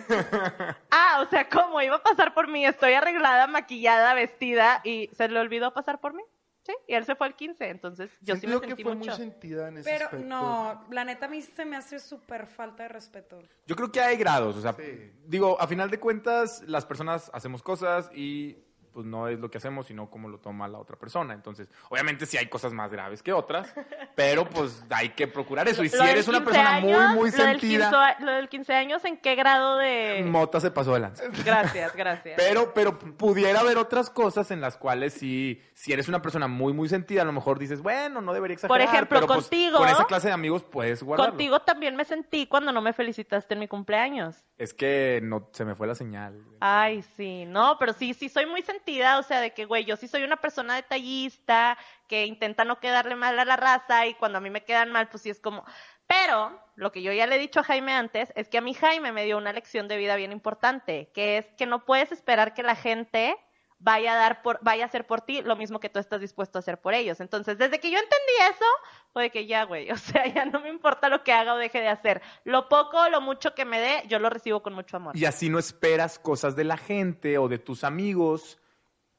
F: ah, o sea, ¿cómo? Iba a pasar por mí, estoy arreglada, maquillada, vestida, y se le olvidó pasar por mí, ¿sí? Y él se fue al 15, entonces yo sí
E: Siento
F: me
E: yo
F: sentí
E: que fue
F: mucho.
E: muy sentida en ese
G: Pero
E: aspecto.
G: no, la neta a mí se me hace súper falta de respeto.
D: Yo creo que hay grados, o sea,
E: Sí.
D: digo, a final de cuentas, las personas hacemos cosas y pues no es lo que hacemos, sino cómo lo toma la otra persona. Entonces, obviamente sí hay cosas más graves que otras, pero pues hay que procurar eso. Y si
F: Lo del
D: eres una
F: 15
D: persona
F: años,
D: muy, muy
F: lo del 15
D: sentida,
F: a- lo del 15 años, ¿en qué grado de...?
D: Mota se pasó de lanza.
F: Gracias, gracias.
D: Pero, pero pudiera haber otras cosas en las cuales sí, si eres una persona muy, muy sentida, a lo mejor dices, bueno, no debería exagerar.
F: ejemplo,
D: pero, pues,
F: contigo-
D: con esa clase de amigos puedes guardarlo.
F: Contigo también me sentí cuando no me felicitaste en mi cumpleaños.
D: Es que no, se me fue la señal.
F: Ay, sí, no, pero sí, sí soy muy sentida, o sea, de que, güey, yo sí soy una persona detallista, que intenta no quedarle mal a la raza y cuando a mí me quedan mal, pues sí es como... Pero lo que yo ya le he dicho a Jaime antes es que a mí Jaime me dio una lección de vida bien importante, que es que no puedes esperar que la gente vaya a dar por, vaya a hacer por ti lo mismo que tú estás dispuesto a hacer por ellos. Entonces, desde que yo entendí eso, fue de que ya, güey, o sea, ya no me importa lo que haga o deje de hacer. Lo poco o lo mucho que me dé, yo lo recibo con mucho amor.
D: Y así no esperas cosas de la gente o de tus amigos.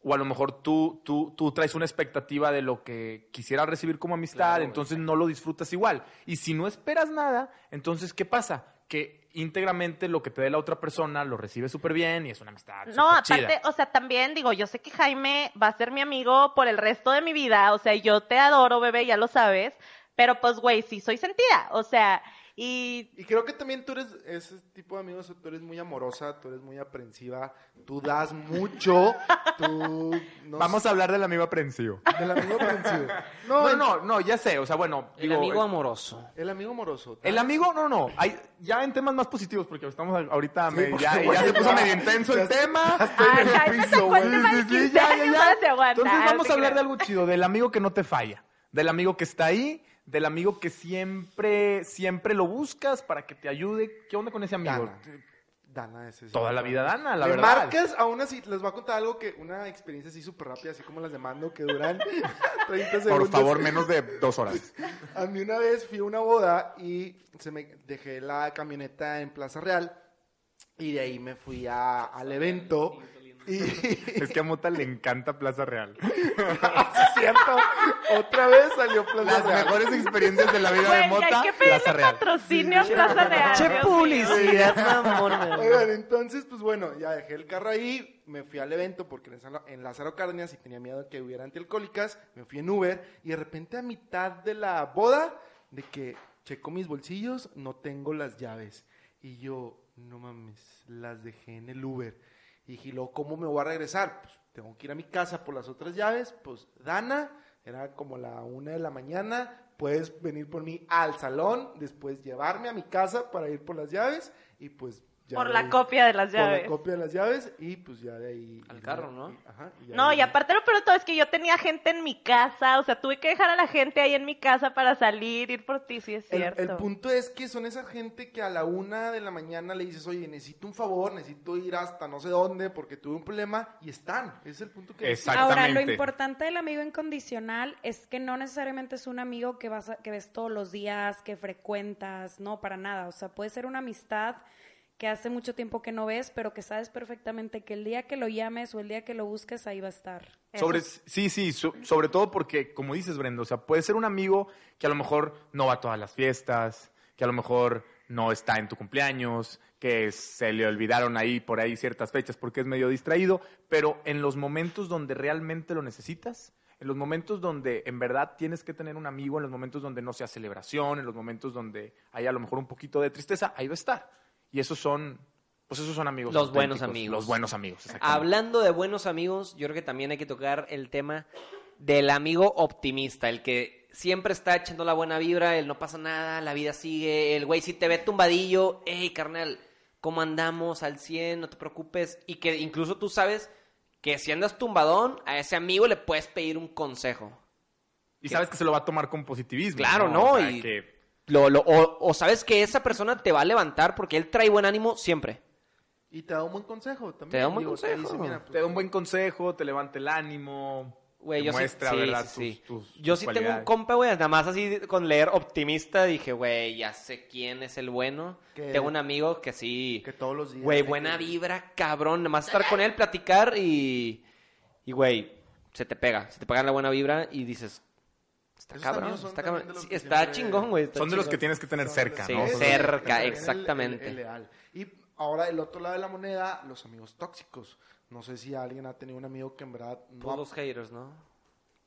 D: O a lo mejor tú, tú, tú traes una expectativa de lo que quisieras recibir como amistad, entonces no lo disfrutas igual. Y si no esperas nada, entonces ¿qué pasa? Que íntegramente lo que te dé la otra persona lo recibe súper bien y es una amistad.
F: No,
D: súper chida.
F: aparte, o sea, también digo, yo sé que Jaime va a ser mi amigo por el resto de mi vida, o sea, yo te adoro, bebé, ya lo sabes, pero pues, güey, sí soy sentida, o sea, y
E: Y creo que también tú eres ese tipo de amigos, tú eres muy amorosa, tú eres muy aprensiva, tú das mucho, tú... no
D: Vamos a hablar del amigo aprensivo.
E: sé, Del amigo aprensivo.
D: No, no, no, ya sé. O sea, bueno,
A: El
D: digo,
A: amigo
D: eh,
A: amoroso.
E: El amigo amoroso.
D: el amigo, no, no. Hay, ya en temas más positivos, porque estamos a- ahorita. me-
E: porque,
D: ya,
E: güey,
D: ya se puso
E: ya-
D: medio intenso
E: ya
D: el tema.
F: Ay, Jaime se cuenta más de 15 años, ahora se aguanta.
D: Entonces
F: Ah, no
D: vamos
F: te
D: a hablar
F: creas.
D: de algo chido, del amigo que no te falla, del amigo que está ahí, del amigo que siempre, siempre lo buscas para que te ayude. ¿Qué onda con ese amigo?
E: Dana. Dana ese. sí.
D: Toda la vida Dana, la
E: Me
D: verdad.
E: marcas aún así, les voy a contar algo que, una experiencia así súper rápida, así como las de Mando, que duran 30
D: Por
E: segundos.
D: favor, menos de dos horas.
E: A mí una vez fui a una boda y se me dejé la camioneta en Plaza Real y de ahí me fui a- al evento y
D: Es que a Mota le encanta Plaza Real.
E: cierto, otra vez salió Plaza
D: Las
E: Real.
D: mejores experiencias de la vida de
F: güey,
D: Mota,
F: hay que
D: Plaza
F: pedirle
D: Real.
F: patrocinio a Plaza Real.
A: Che
F: Dios mío.
A: publicidad, mamón.
E: Oigan, entonces, pues bueno, ya dejé el carro ahí, me fui al evento porque en, San- en Lázaro Cárdenas y tenía miedo de que hubiera antialcohólicas, me fui en Uber y de repente a mitad de la boda, de que checo mis bolsillos, no tengo las llaves. Y yo, no mames, las dejé en el Uber. Y dije, "¿Luego ¿cómo me voy a regresar? Pues tengo que ir a mi casa por las otras llaves. Pues Dana, era como la una de la mañana, puedes venir por mí al salón, después llevarme a mi casa para ir por las llaves y pues ya
F: Por
E: de
F: la
E: ahí-
F: copia de las
E: Por la
F: llaves.
E: copia de las llaves y pues ya de ahí.
A: Al
E: y
A: carro,
E: ya-
A: ¿no?
E: y- ajá, ya
F: No,
E: de
F: y
E: ahí-
F: aparte lo peor de todo es que yo tenía gente en mi casa, o sea, tuve que dejar a la gente ahí en mi casa para salir, ir por ti, sí es
E: El,
F: cierto.
E: el punto es que son esa gente que a la una de la mañana le dices, oye, necesito un favor, necesito ir hasta no sé dónde porque tuve un problema y están. Ese es el punto que...
D: Exacto.
G: Ahora, lo
D: Exactamente.
G: importante del amigo incondicional es que no necesariamente es un amigo que, vas a- que ves todos los días, que frecuentas, no, para nada. O sea, puede ser una amistad que hace mucho tiempo que no ves, pero que sabes perfectamente que el día que lo llames o el día que lo busques, ahí va a estar.
D: Sobre, sí, sí, so- sobre todo porque, como dices, Brenda, o sea, puede ser un amigo que a lo mejor no va a todas las fiestas, que a lo mejor no está en tu cumpleaños, que se le olvidaron ahí por ahí ciertas fechas porque es medio distraído, pero en los momentos donde realmente lo necesitas, en los momentos donde en verdad tienes que tener un amigo, en los momentos donde no sea celebración, en los momentos donde hay a lo mejor un poquito de tristeza, ahí va a estar. Y esos son, pues esos son amigos.
A: Los buenos
D: auténticos,
A: amigos.
D: Los buenos amigos. exactamente.
A: Hablando de buenos amigos, yo creo que también hay que tocar el tema del amigo optimista, el que siempre está echando la buena vibra, el no pasa nada, la vida sigue, el güey si te ve tumbadillo, hey carnal, ¿cómo andamos al 100? No te preocupes. Y que incluso tú sabes que si andas tumbadón, a ese amigo le puedes pedir un consejo.
D: Y sabes que se lo va a tomar con positivismo.
A: Claro,
D: O
A: ¿no?
D: sea,
A: Y-
D: que-
A: Lo, lo- o, o sabes que esa persona te va a levantar porque él trae buen ánimo siempre.
E: Y te da un buen consejo también.
A: Te da un buen
E: te dice,
A: consejo.
E: "Mira, pues,
D: Te da un buen consejo, te levanta el ánimo.
A: Güey,
D: te
A: yo sí-
D: muestra,
A: sí,
D: ¿verdad?
A: sí, sí.
D: tus- tus-
A: yo
D: tus
A: sí tengo un
D: cualidades.
A: compa, güey, nada más así con leer optimista, dije, güey, ya sé quién es el bueno.
E: Que-
A: Tengo un amigo que sí,
E: Que todos los días...
A: güey,
E: de que-
A: buena vibra, cabrón, nada más estar con él, platicar y, y güey, se te pega, se te pega la buena vibra y dices, está
E: Esos
A: cabrón,
E: amigos son
A: está
E: también
A: cabrón,
E: de los
A: sí,
E: que
A: está
E: siempre-
A: chingón, güey. está
D: Son de los que
A: chingón.
D: tienes que tener cerca,
A: Sí,
D: ¿no?
E: Eso,
A: cerca,
E: también el-
A: exactamente.
E: el- el leal. Y ahora el otro lado de la moneda, los amigos tóxicos. No sé si alguien ha tenido un amigo que en verdad no...
A: Pues los haters, ¿no?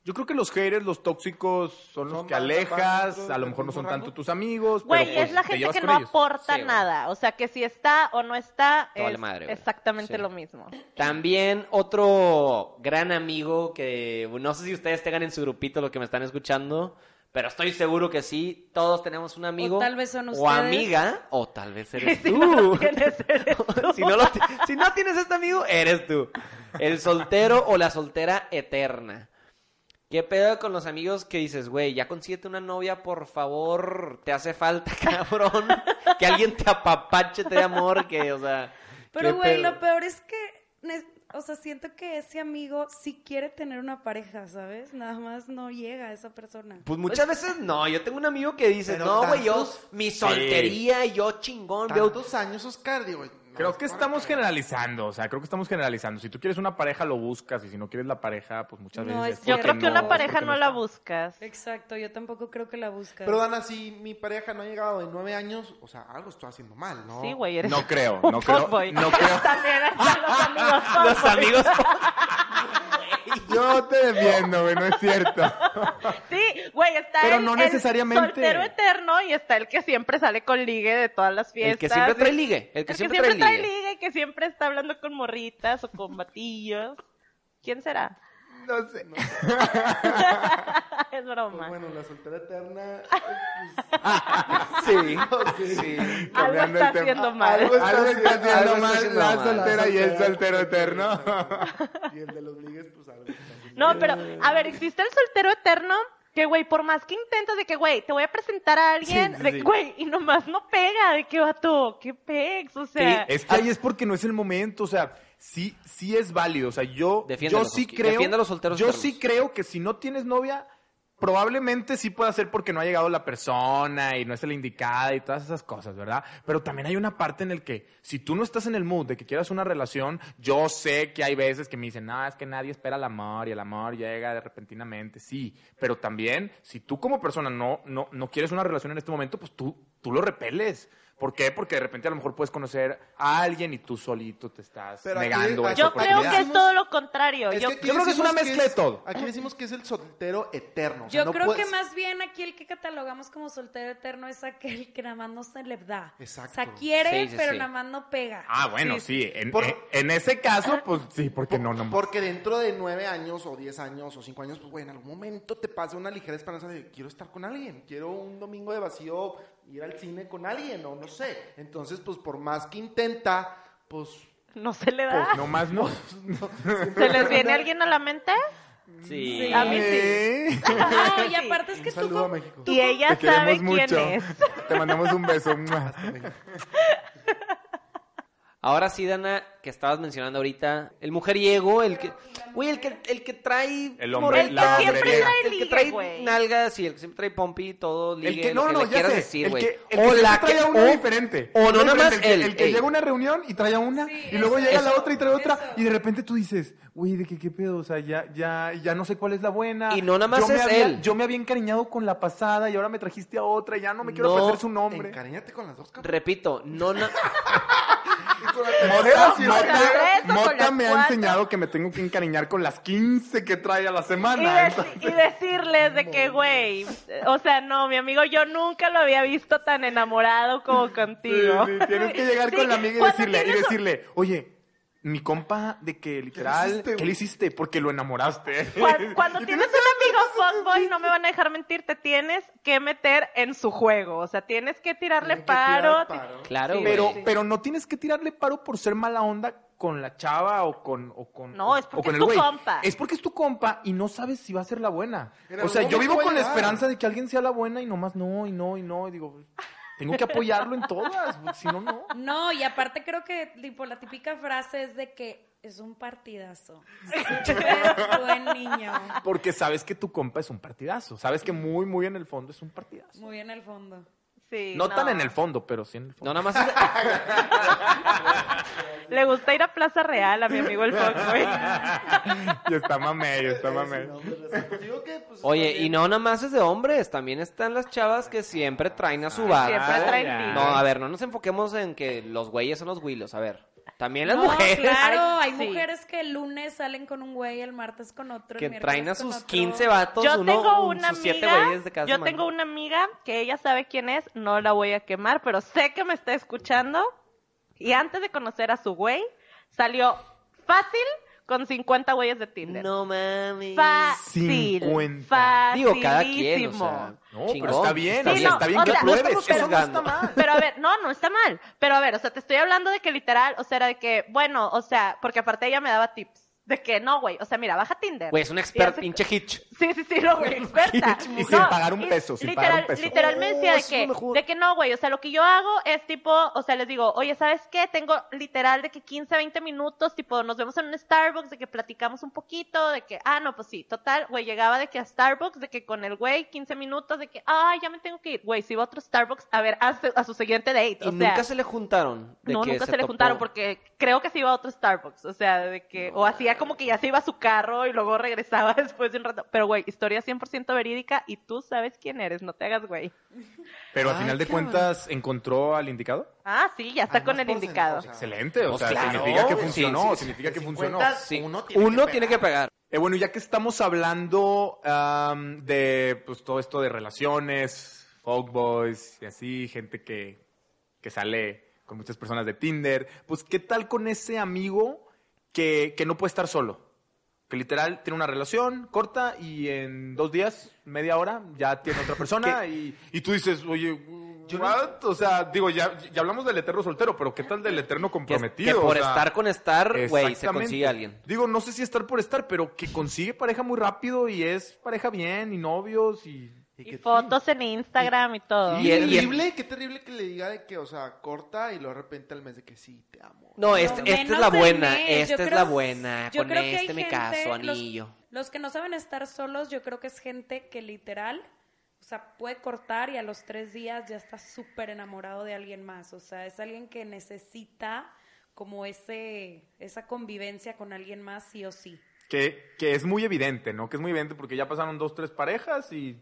D: Yo creo que los haters, los tóxicos, son, los
E: Son
D: que
E: más-
D: alejas,
E: más-
D: a lo mejor no son
E: rango.
D: tanto tus amigos,
F: Güey,
D: pero pues,
F: es la
D: te
F: gente
D: llevas
F: que
D: con
F: no
D: ellos.
A: Sí,
F: aporta
A: güey.
F: nada. O sea, que si está o no está,
A: Te vale
F: es
A: madre, güey.
F: exactamente
A: Sí.
F: lo mismo.
A: También otro gran amigo que no sé si ustedes tengan en su grupito lo que me están escuchando, pero estoy seguro que sí. Todos tenemos un amigo.
G: O tal vez son
A: O
G: ustedes.
A: amiga, o tal vez eres
F: Si
A: tú.
F: no
D: Uh.
F: lo tienes, eres tú.
A: si, no lo ti- si no tienes este amigo, eres tú. El soltero o la soltera eterna. ¿Qué pedo con los amigos que dices, güey, ya consíguete una novia, por favor? Te hace falta, cabrón. que alguien te apapache, te dé amor, que, o sea.
G: Pero,
A: qué
G: güey,
A: pedo.
G: lo peor es que, ne- o sea, siento que ese amigo sí quiere tener una pareja, ¿sabes? Nada más no llega a esa persona.
A: Pues muchas veces no. Yo tengo un amigo que dice,
E: Pero
A: no, güey, yo,
E: tantos-
A: mi soltería, y yo chingón, veo
E: Tantos años, Oscar, digo... no,
D: Creo que
E: es
D: estamos
E: para-
D: generalizando, o sea, creo que estamos generalizando. Si tú quieres una pareja, lo buscas, y si no quieres la pareja, pues muchas
G: No,
D: veces...
G: es
F: Yo
G: Porque
F: creo que
G: no,
F: una pareja
D: porque
F: no la
D: está.
F: buscas.
G: Exacto, yo tampoco creo que la busca.
E: Pero, Dana, si mi pareja no ha llegado en nueve años, o sea, algo estoy haciendo mal, ¿no?
F: Sí, güey, eres
D: No creo,
F: un
D: no creo,
F: fuckboy.
D: no creo.
F: También están
A: los
F: los amigos fuckboys.
A: amigos.
D: Yo te defiendo, güey, no es cierto.
F: Sí, güey, está
D: Pero
F: el,
D: no
F: el
D: necesariamente.
F: soltero eterno y está el que siempre sale con ligue de todas las fiestas.
A: El que siempre trae ligue. El que siempre, trae ligue.
F: y que siempre está hablando con morritas o con batillos. ¿Quién será?
E: No sé. no sé.
F: es
D: Pues
F: broma.
E: Bueno, la soltera eterna... pues,
A: Sí.
D: Ah,
E: Sí, sí.
F: Algo
D: cambiando
F: está
D: el tema.
F: haciendo mal.
D: Algo está
A: Ah,
D: haciendo
A: algo está
D: mal
A: haciendo
D: la
A: mal.
D: soltera y el soltero eterno.
E: Y el de los ligues, pues algo está haciendo
F: No, pero, a ver, existe el soltero eterno que, güey, por más que intentes de que, güey, te voy a presentar a alguien,
A: Sí, sí,
F: de
A: sí.
F: que, güey, y nomás no pega, de que vato, qué pex, o sea.
D: Es que ahí es porque no es el momento, o sea, sí, sí es válido, o sea, yo, yo
A: Defiéndelo,
D: sí
A: Joski,
D: creo,
A: defiende a los solteros
D: yo
A: eternos.
D: sí creo que si no tienes novia, probablemente sí pueda ser porque no ha llegado la persona y no es la indicada y todas esas cosas, ¿verdad? Pero también hay una parte en el que si tú no estás en el mood de que quieras una relación, yo sé que hay veces que me dicen, no, es que nadie espera el amor y el amor llega de repentinamente, sí, pero también si tú como persona no, no, no quieres una relación en este momento, pues tú, tú lo repeles. ¿Por qué? Porque de repente a lo mejor puedes conocer a alguien y tú solito te estás
E: Pero aquí-
D: negando
E: aquí-
D: esa
F: yo creo
D: oportunidad.
F: que es todo lo contrario.
E: Es
F: yo,
E: aquí
D: yo creo que es una
E: decimos
D: mezcla de
E: es-
D: todo.
E: Aquí decimos que es el soltero eterno. o sea,
G: Yo
E: no
G: creo
E: puedes-
G: que más bien aquí el que catalogamos como soltero eterno es aquel que nada más no se le da.
E: Exacto.
G: O sea, quiere,
A: Sí, sí,
G: pero
A: sí.
G: nada más no pega.
D: Ah, bueno, sí. En,
E: Por-
D: en- en ese caso, pues sí, porque no, no.
E: Porque dentro de nueve años o diez años o cinco años, pues güey, en algún momento te pasa una ligera esperanza de quiero estar con alguien, quiero un domingo de vacío, ir al cine con alguien o no sé. Entonces, pues por más que intenta, pues
F: no se le da.
D: Pues no más no.
F: ¿Se les viene alguien a la mente?
A: Sí.
F: A mí sí.
D: Eh,
G: No, y
F: Sí.
G: aparte es que
E: un
G: tú...
E: saludo a
G: como-
E: México.
F: Y ella
D: Te
F: sabe
D: queremos
F: quién
D: mucho.
F: es.
D: Te mandamos un beso.
A: Ahora sí, Dana, que estabas mencionando ahorita, el mujeriego, el que, güey, el que, el que trae,
D: El hombre,
A: morritas,
D: la
A: el que
D: hombrería.
A: trae- el que trae,
F: Ligue, güey.
A: nalgas y el que siempre trae pompi, todo, ligue,
D: El que
A: lo
D: no,
A: que
D: no,
A: le
D: ya
A: quieras
D: sé.
A: decir,
D: el
A: güey.
D: que, el que siempre trae a una
A: o-
D: diferente.
A: o no,
D: Siempre
A: nada más
D: el que,
A: él,
D: el que
A: ey.
D: llega a una reunión y trae a una
G: Sí,
D: y luego
G: eso,
D: llega la
G: eso,
D: otra y trae otra
G: eso.
D: y de repente tú dices, "Güey, de qué qué pedo, o sea, ya ya ya no sé cuál es la buena."
A: Y no nada más
D: yo me
A: es
D: había-
A: él.
D: Yo me había encariñado con la pasada y ahora me trajiste a otra y ya no me quiero
A: No,
D: aprender su nombre.
E: encariñate con las dos cabrón.
A: Repito, no, na-
E: Y con la tercera,
D: Mota,
E: sí,
F: Mota-
E: güey.
F: tres o con
D: Mota
F: las
D: me ha
F: cuatro.
D: enseñado que me tengo que encariñar con las 15 que trae a la
F: Y,
D: semana.
F: deci-
D: entonces-
F: y decirles de que, güey, o sea, no, mi amigo, yo nunca lo había visto tan enamorado como contigo.
D: Sí, sí, tienes que llegar
F: Sí,
D: con la amiga y
F: cuando
D: decirle, y
F: tienes-
D: decirle, oye, mi compa de que literal,
E: hiciste,
D: ¿qué le hiciste? Porque lo enamoraste.
F: Cuando, cuando
D: Y
F: tienes un amigo fuckboy, no me van a dejar mentir, te tienes que meter en su juego. O sea, tienes que tirarle
E: Tiene que
F: paro.
E: tirar paro.
A: claro, güey.
D: Pero, pero no tienes que tirarle paro por ser mala onda con la chava o con o con
F: No, es
D: o
F: porque
D: con el
F: es tu
D: güey.
F: compa.
D: Es porque es tu compa y no sabes si va a ser la buena.
E: En algún
D: o sea, yo
E: momento
D: vivo
E: va a
D: con la
E: llegar.
D: esperanza de que alguien sea la buena y nomás no y no y no y digo, tengo que apoyarlo en todas, porque si no no.
G: No, y aparte creo que tipo, la típica frase es de que es un partidazo. Buen niño.
D: Porque sabes que tu compa es un partidazo, sabes que muy muy en el fondo es un partidazo.
G: Muy en el fondo.
F: Sí,
D: no, tan en el fondo, pero sí en el
A: no
D: fondo.
A: nada más es-
F: Le gusta ir a Plaza Real a mi amigo el fuckboy.
D: y está mamello, está
E: Sí,
D: mamello.
E: no, hombre, resulta- Digo que que, pues,
A: Oye,
E: también-
A: y no nada más es de hombres, también están las chavas que siempre traen a su
F: Siempre
A: vato.
F: traen
A: No, a ver, no nos enfoquemos en que los güeyes son los güilos, a ver. También las
G: No,
A: mujeres
G: Claro, hay
F: Ay, sí.
G: mujeres que el lunes salen con un güey, el martes con otro. el
A: que
G: miércoles
A: traen a
G: con
A: sus
G: otro.
A: 15 vatos,
F: Yo
A: uno,
F: tengo
A: un-
F: una
A: sus siete
F: amiga,
A: güeyes de cada
F: yo
A: semana.
F: tengo una amiga que ella sabe quién es, no la voy a quemar, pero sé que me está escuchando y antes de conocer a su güey, salió fácil con 50 güeyes de Tinder.
A: No mames.
F: Fácil.
D: 50.
A: Digo, cada quien, o sea,
F: facilísimo.
D: No,
A: chingón.
D: pero está bien, o
F: Sí,
D: sea,
F: no,
D: está bien
F: o
D: que
F: sea,
A: no
D: pruebes.
A: estamos
D: que eso no
A: juzgando.
D: está mal.
F: Pero a ver, no, no está mal. Pero a ver, o sea, te estoy hablando de que literal, o sea, era de que, bueno, o sea, porque aparte ella me daba tips. De que no, güey. O sea, mira, baja Tinder.
A: Güey, es un
F: Y
A: expert,
F: hace-
A: pinche hitch.
F: Sí, sí, sí, no, güey, experta.
D: Y sin
F: No,
D: pagar un
F: y
D: peso, sin
F: literal,
D: pagar un peso.
F: Literal me
A: Oh,
F: decía de
A: eso es lo
F: que,
A: mejor.
F: de que no, güey, o sea, lo que yo hago es tipo, o sea, les digo, oye, ¿sabes qué? Tengo literal de que 15, 20 minutos, tipo, nos vemos en un Starbucks, de que platicamos un poquito, de que, ah, no, pues sí, total, güey, llegaba de que a Starbucks, de que con el güey, 15 minutos, de que, ay, ya me tengo que ir, güey, si va a otro Starbucks, a ver, a su, a su siguiente date,
A: Y
F: o sea.
A: nunca se le juntaron. de
F: No,
A: que
F: nunca se, le
A: topó.
F: juntaron porque creo que se iba a otro Starbucks, o sea, de que, o hacía como que ya se iba a su carro y luego regresaba después de un rato. Pero, güey, historia 100% verídica y tú sabes quién eres, no te hagas, güey.
D: Pero
A: Ah,
D: al final de cuentas, ¿encontró al indicado?
F: Ah, sí, ya está
E: Además,
F: con el
E: por
F: indicado.
E: seno, o
D: Excelente, o
A: Pues
D: sea,
A: claro,
D: significa que
A: güey.
D: funcionó,
A: Sí, sí, sí,
D: significa que funcionó.
E: cuentas,
A: Sí.
E: uno tiene
A: Uno
E: que
A: tiene que pegar.
D: Eh, bueno, ya que estamos hablando am, de pues, todo esto de relaciones, folkboys y así, gente que, que sale con muchas personas de Tinder, pues ¿qué tal con ese amigo que, que no puede estar solo? Que literal tiene una relación corta y en dos días, media hora, ya tiene otra persona y, y tú dices, oye, what?" o sea, digo, ya, ya hablamos del eterno soltero, pero ¿qué tal del eterno
A: Que, que
D: comprometido? O
A: por
D: sea,
A: estar con estar, güey, se
D: Exactamente.
A: consigue alguien.
D: Digo, no sé si estar por estar, pero que consigue pareja muy rápido y es pareja bien y novios y...
E: Y
F: Y
E: que-
F: fotos en Instagram y todo.
A: Y-
E: Qué
A: el-
E: terrible, qué terrible que le diga de que, o sea, corta y luego de repente al mes de que sí, te amo.
A: No, este- esta
G: menos
A: es la
G: del
A: buena,
G: mes.
A: esta
G: Yo
A: es
G: creo-
A: la buena.
G: yo
A: Con
G: creo que hay
A: este me
G: gente-
A: caso,
G: los-
A: anillo.
G: Los, que no saben estar solos, yo creo que es gente que literal, o sea, puede cortar y a los tres días ya está súper enamorado de alguien más. O sea, es alguien que necesita como ese, esa convivencia con alguien más sí o sí.
D: Que, que es muy evidente, ¿no? Que es muy evidente porque ya pasaron dos, tres parejas y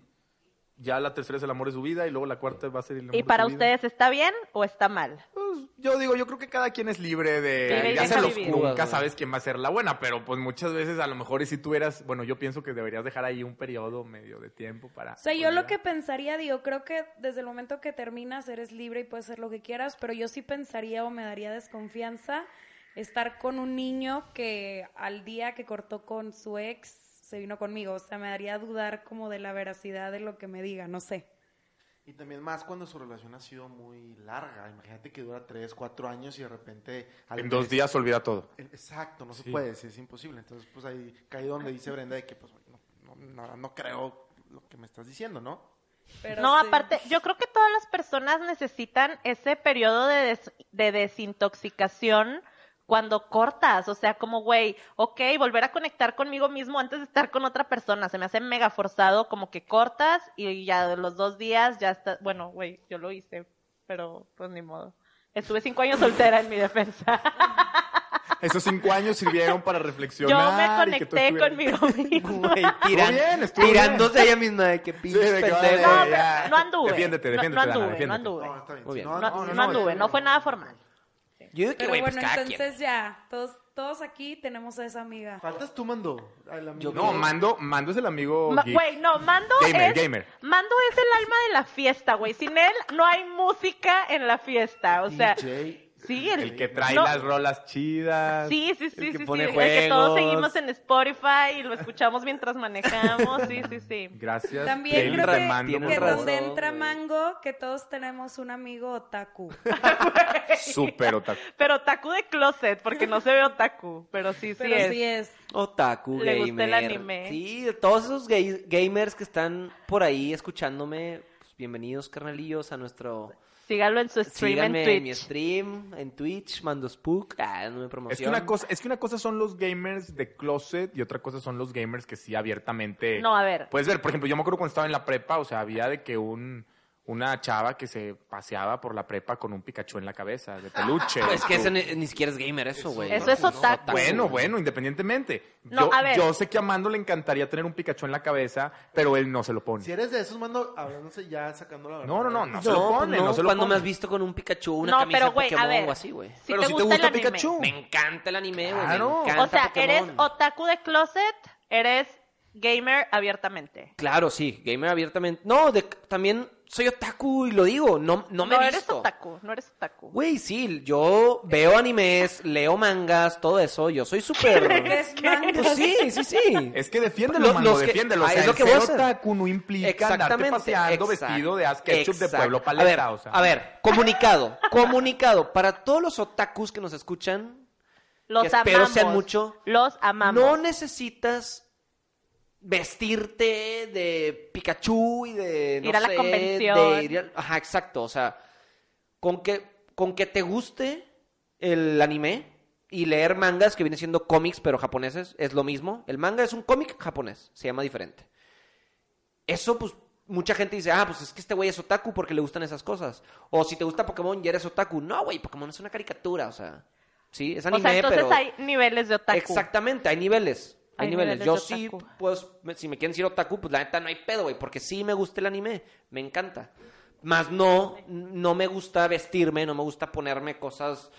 D: ya la tercera es el amor de su vida y luego la cuarta va a ser el amor
F: ¿Y
D: de
F: para
D: su vida.
F: ustedes está bien o está mal?
D: Pues, yo digo, yo creo que cada quien es libre
A: Libre
D: de...
A: y
D: Ya
A: deja
D: se los-
A: vivir.
D: nunca
A: Güey.
D: sabes quién va a ser la buena, pero pues muchas veces a lo mejor y si tú eras... Bueno, yo pienso que deberías dejar ahí un periodo medio de tiempo para...
G: O sea,
A: Pues
G: yo lo
D: olvidar.
G: que pensaría, digo, creo que desde el momento que terminas eres libre y puedes hacer lo que quieras, pero yo sí pensaría o me daría desconfianza estar con un niño que al día que cortó con su ex se vino conmigo. O sea, me daría dudar como de la veracidad de lo que me diga, no sé.
E: Y también más cuando su relación ha sido muy larga. Imagínate que dura 3, 4 años y de repente... al
D: En
E: mes-
D: dos días olvida todo.
E: en- Exacto, no se
D: Sí.
E: puede, sí, es imposible. Entonces, pues ahí caí donde dice Brenda de que, pues, no, no, no, no creo lo que me estás diciendo, ¿no?
G: Pero
F: no,
G: sí.
F: aparte, yo creo que todas las personas necesitan ese periodo de, des- de desintoxicación cuando cortas, o sea, como, güey, ok, volver a conectar conmigo mismo antes de estar con otra persona, se me hace mega forzado, como que cortas y ya de los dos días ya está, bueno, güey, yo lo hice, pero pues ni modo. Estuve cinco años soltera en mi defensa.
D: Esos cinco años sirvieron para reflexionar.
F: Yo me
D: y que tú
F: conecté
D: estuvieras-
F: conmigo mismo.
A: Güey, tiran-
D: bien, estuvo
A: tirándose a ella misma de que pinche
D: de que,
A: pendejo.
D: vale,
F: No,
D: ya.
F: pero no anduve.
D: Defiéndete,
F: No-
D: defiéndete,
F: no
D: Dana,
F: anduve, no
D: defiéndete.
F: anduve.
E: No, está bien.
A: Muy
E: sí,
A: bien.
E: No,
F: No, no anduve, no fue nada formal.
A: Yo digo que,
G: Pero
A: güey, pues
G: bueno,
A: cada quien.
G: entonces ya, todos, todos aquí tenemos a esa amiga.
E: Faltas tú, mando. al amigo.
D: No, Mando, Mando es el amigo.
F: Ma-
D: geek.
F: Güey, no, Mando
D: Gamer,
F: es...
D: gamer.
F: Mando es el alma de la fiesta, güey. Sin él no hay música en la fiesta. O sea,
E: DJ.
F: sí, el,
D: El que trae
F: no,
D: las rolas chidas.
F: Sí, sí, sí,
A: el
F: sí,
A: que
F: sí,
A: pone
F: el que todos
A: juegos.
F: seguimos en Spotify y lo escuchamos mientras manejamos. Sí, sí, sí.
D: Gracias.
G: También
A: Tiene
G: creo
A: un
G: que,
A: remando,
G: que
A: tiene un
G: donde
A: razón,
G: entra
A: güey.
G: Mango, que todos tenemos un amigo otaku.
D: Súper otaku.
F: Pero otaku de closet, porque no se ve otaku, pero sí, sí
G: Pero
F: es.
G: sí es.
A: Otaku
F: Le
A: gamer.
F: gusta el anime.
A: Sí, de todos esos gay- gamers que están por ahí escuchándome, pues, bienvenidos carnalillos a nuestro
F: Sígalo en su stream
A: Síganme
F: en
A: en mi este,
F: Twitch.
A: stream, en Twitch, mando spook, ah, no me
D: Es que,
A: promociono.
D: una cosa, es que una cosa son los gamers de closet y otra cosa son los gamers que sí abiertamente.
F: No, a ver.
D: Puedes ver, por ejemplo, yo me acuerdo cuando estaba en la prepa, o sea, había de que un, una chava que se paseaba por la prepa con un Pikachu en la cabeza, de peluche.
A: Pues que ese ni, ni siquiera es gamer eso, güey.
F: Eso es otaku.
D: Bueno, bueno, independientemente.
F: No,
D: yo,
F: a ver.
D: yo sé que a Mando le encantaría tener un Pikachu en la cabeza, pero él no se lo pone.
E: Si eres de esos, mando, hablándose ya sacando la verdad.
D: No, no, no, no, Ah, se lo pone, no, se lo
A: pues, cuando
D: pone.
A: me has visto con un Pikachu, una
F: No,
A: camisa
F: pero, güey, a
A: Pokémon
F: ver.
A: o así, güey.
F: Si
D: pero
F: te
D: si
F: gusta,
D: te gusta
F: el anime.
D: Pikachu.
A: Me encanta el anime, güey.
D: Claro.
A: Me encanta
F: O sea,
A: Pokémon.
F: eres otaku de closet, eres gamer abiertamente.
A: Claro, sí, gamer abiertamente. No, de- también soy otaku y lo digo, no, no me he
F: eres
A: visto.
F: otaku, no eres otaku.
A: Güey, sí, yo veo animes, leo mangas, todo eso, yo soy súper...
G: ¿Ves, Mando?
A: Pues sí, sí, sí.
D: Es que defiéndelo,
A: Lo-
D: Mando,
A: los que-
D: defiéndelo.
A: ah,
D: o sea,
A: es lo
D: el
A: que voy a
D: ser
A: hacer.
D: otaku no implica andarte paseando
A: exact-
D: vestido de as ketchup de
A: exacto.
D: Pueblo
A: a ver,
D: Paleta, o sea.
A: a ver, comunicado, comunicado. Para todos los otakus que nos escuchan,
F: Los
A: que espero
F: amamos.
A: sean mucho.
F: Los amamos.
A: no necesitas vestirte de Pikachu y de no
F: Ir a la
A: sé,
F: convención.
A: de ir al- ajá, exacto, o sea, con que con que te guste el anime y leer mangas que vienen siendo cómics pero japoneses es lo mismo. El manga es un cómic japonés, se llama diferente. Eso pues Mucha gente dice, ah, pues es que este güey es otaku porque le gustan esas cosas. O si te gusta Pokémon, ya eres otaku. No, güey, Pokémon es una caricatura, o sea. Sí, es anime,
F: o sea, entonces
A: pero...
F: hay niveles de otaku.
A: Exactamente, hay niveles. Hay,
F: Hay
A: niveles.
F: niveles
A: Yo
F: de
A: sí,
F: otaku.
A: pues, me- si me quieren decir otaku, pues la neta no hay pedo, güey, porque sí me gusta el anime, me encanta. Más no, no me gusta vestirme, no me gusta ponerme cosas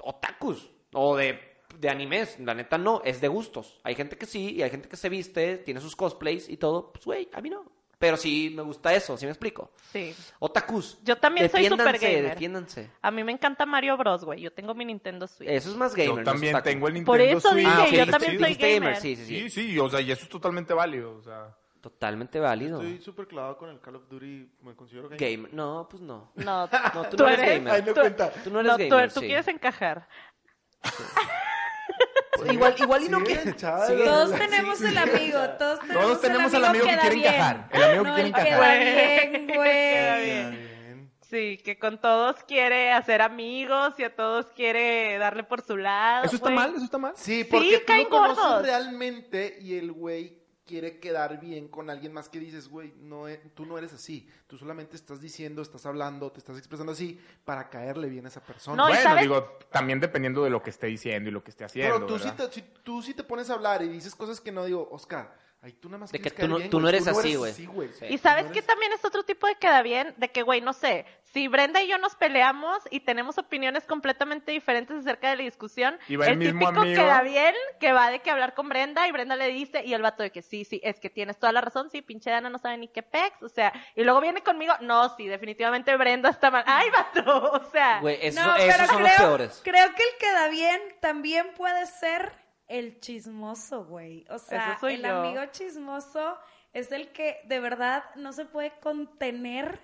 A: otakus o de, de animes. La neta no, es de gustos. Hay gente que sí y hay gente que se viste, tiene sus cosplays y todo. Pues, güey, a mí no. Pero sí me gusta eso, ¿sí me explico?
F: Sí.
A: Otakus.
F: Yo también soy
A: defiéndanse,
F: super gamer.
A: Defiéndanse.
F: A mí me encanta Mario Bros, güey. Yo tengo mi Nintendo Switch.
A: Eso es más gamer. no
D: Yo
A: es
D: también
A: otaku.
D: tengo el Nintendo
F: Por eso
D: Switch.
F: dije,
A: Ah, ok,
F: yo
A: dijiste-
F: también soy
A: dijiste gamer.
F: gamer.
A: Sí, sí, sí.
D: Sí, sí, o sea, y eso es totalmente válido, o sea.
A: Totalmente válido.
E: Estoy súper clavado con el Call of Duty, me considero gamer.
A: Gamer. No, pues no.
F: No,
A: No, tú no eres gamer.
E: Ay, no cuenta.
A: Tú no eres
F: tú-
A: gamer,
F: tú
A: sí.
F: quieres encajar.
A: Igual, igual y no
E: Sí,
A: que...
E: chaval.
A: Sí,
G: Todos tenemos el amigo, todos tenemos,
D: Todos tenemos al amigo que
G: da
D: quiere
G: bien.
D: encajar, el amigo que
G: No,
D: quiere
G: el Queda
D: encajar.
G: bien,
F: Queda
G: güey.
F: bien.
E: Bien.
F: Sí, que con todos quiere hacer amigos y a todos quiere darle por su lado.
D: ¿Eso está
F: güey.
D: mal? ¿Eso está mal?
E: Sí, porque tú
F: caen
E: lo conoces
F: gordos.
E: realmente y el güey quiere quedar bien con alguien más que dices, güey, no, e- tú no eres así. Tú solamente estás diciendo, estás hablando, te estás expresando así para caerle bien a esa persona.
F: No, y
D: bueno,
F: sabes-
D: digo, también dependiendo de lo que esté diciendo y lo que esté haciendo,
E: Pero tú sí,
D: ¿verdad?
E: te, si, tú sí te pones a hablar y dices cosas que no digo, Oscar, ay, tú nada más
A: De
E: quieres
A: que
E: caer
A: tú no-
E: bien,
A: tú no
E: güey,
A: eres así, güey. Sí.
F: Y sabes
E: no
F: que
E: eres-
F: también es otro tipo de queda bien, de que, güey, no sé, si Brenda y yo nos peleamos y tenemos opiniones completamente diferentes acerca de la discusión,
D: Y va
F: el,
D: el mismo
F: típico
D: amigo.
F: queda bien que va de que hablar con Brenda y Brenda le dice, y el vato de que sí, sí, es que tienes toda la razón, sí, pinche Dana no sabe ni qué pex, o sea, y luego viene conmigo, no, sí, definitivamente Brenda está mal, ay, vato, o sea,
A: Güey, eso-
G: No,
A: esos
G: pero
A: son los
G: creo-
A: peores.
G: Creo que el queda bien también puede ser el chismoso, güey. O sea,
F: Eso soy
G: el
F: yo.
G: amigo chismoso es el que de verdad no se puede contener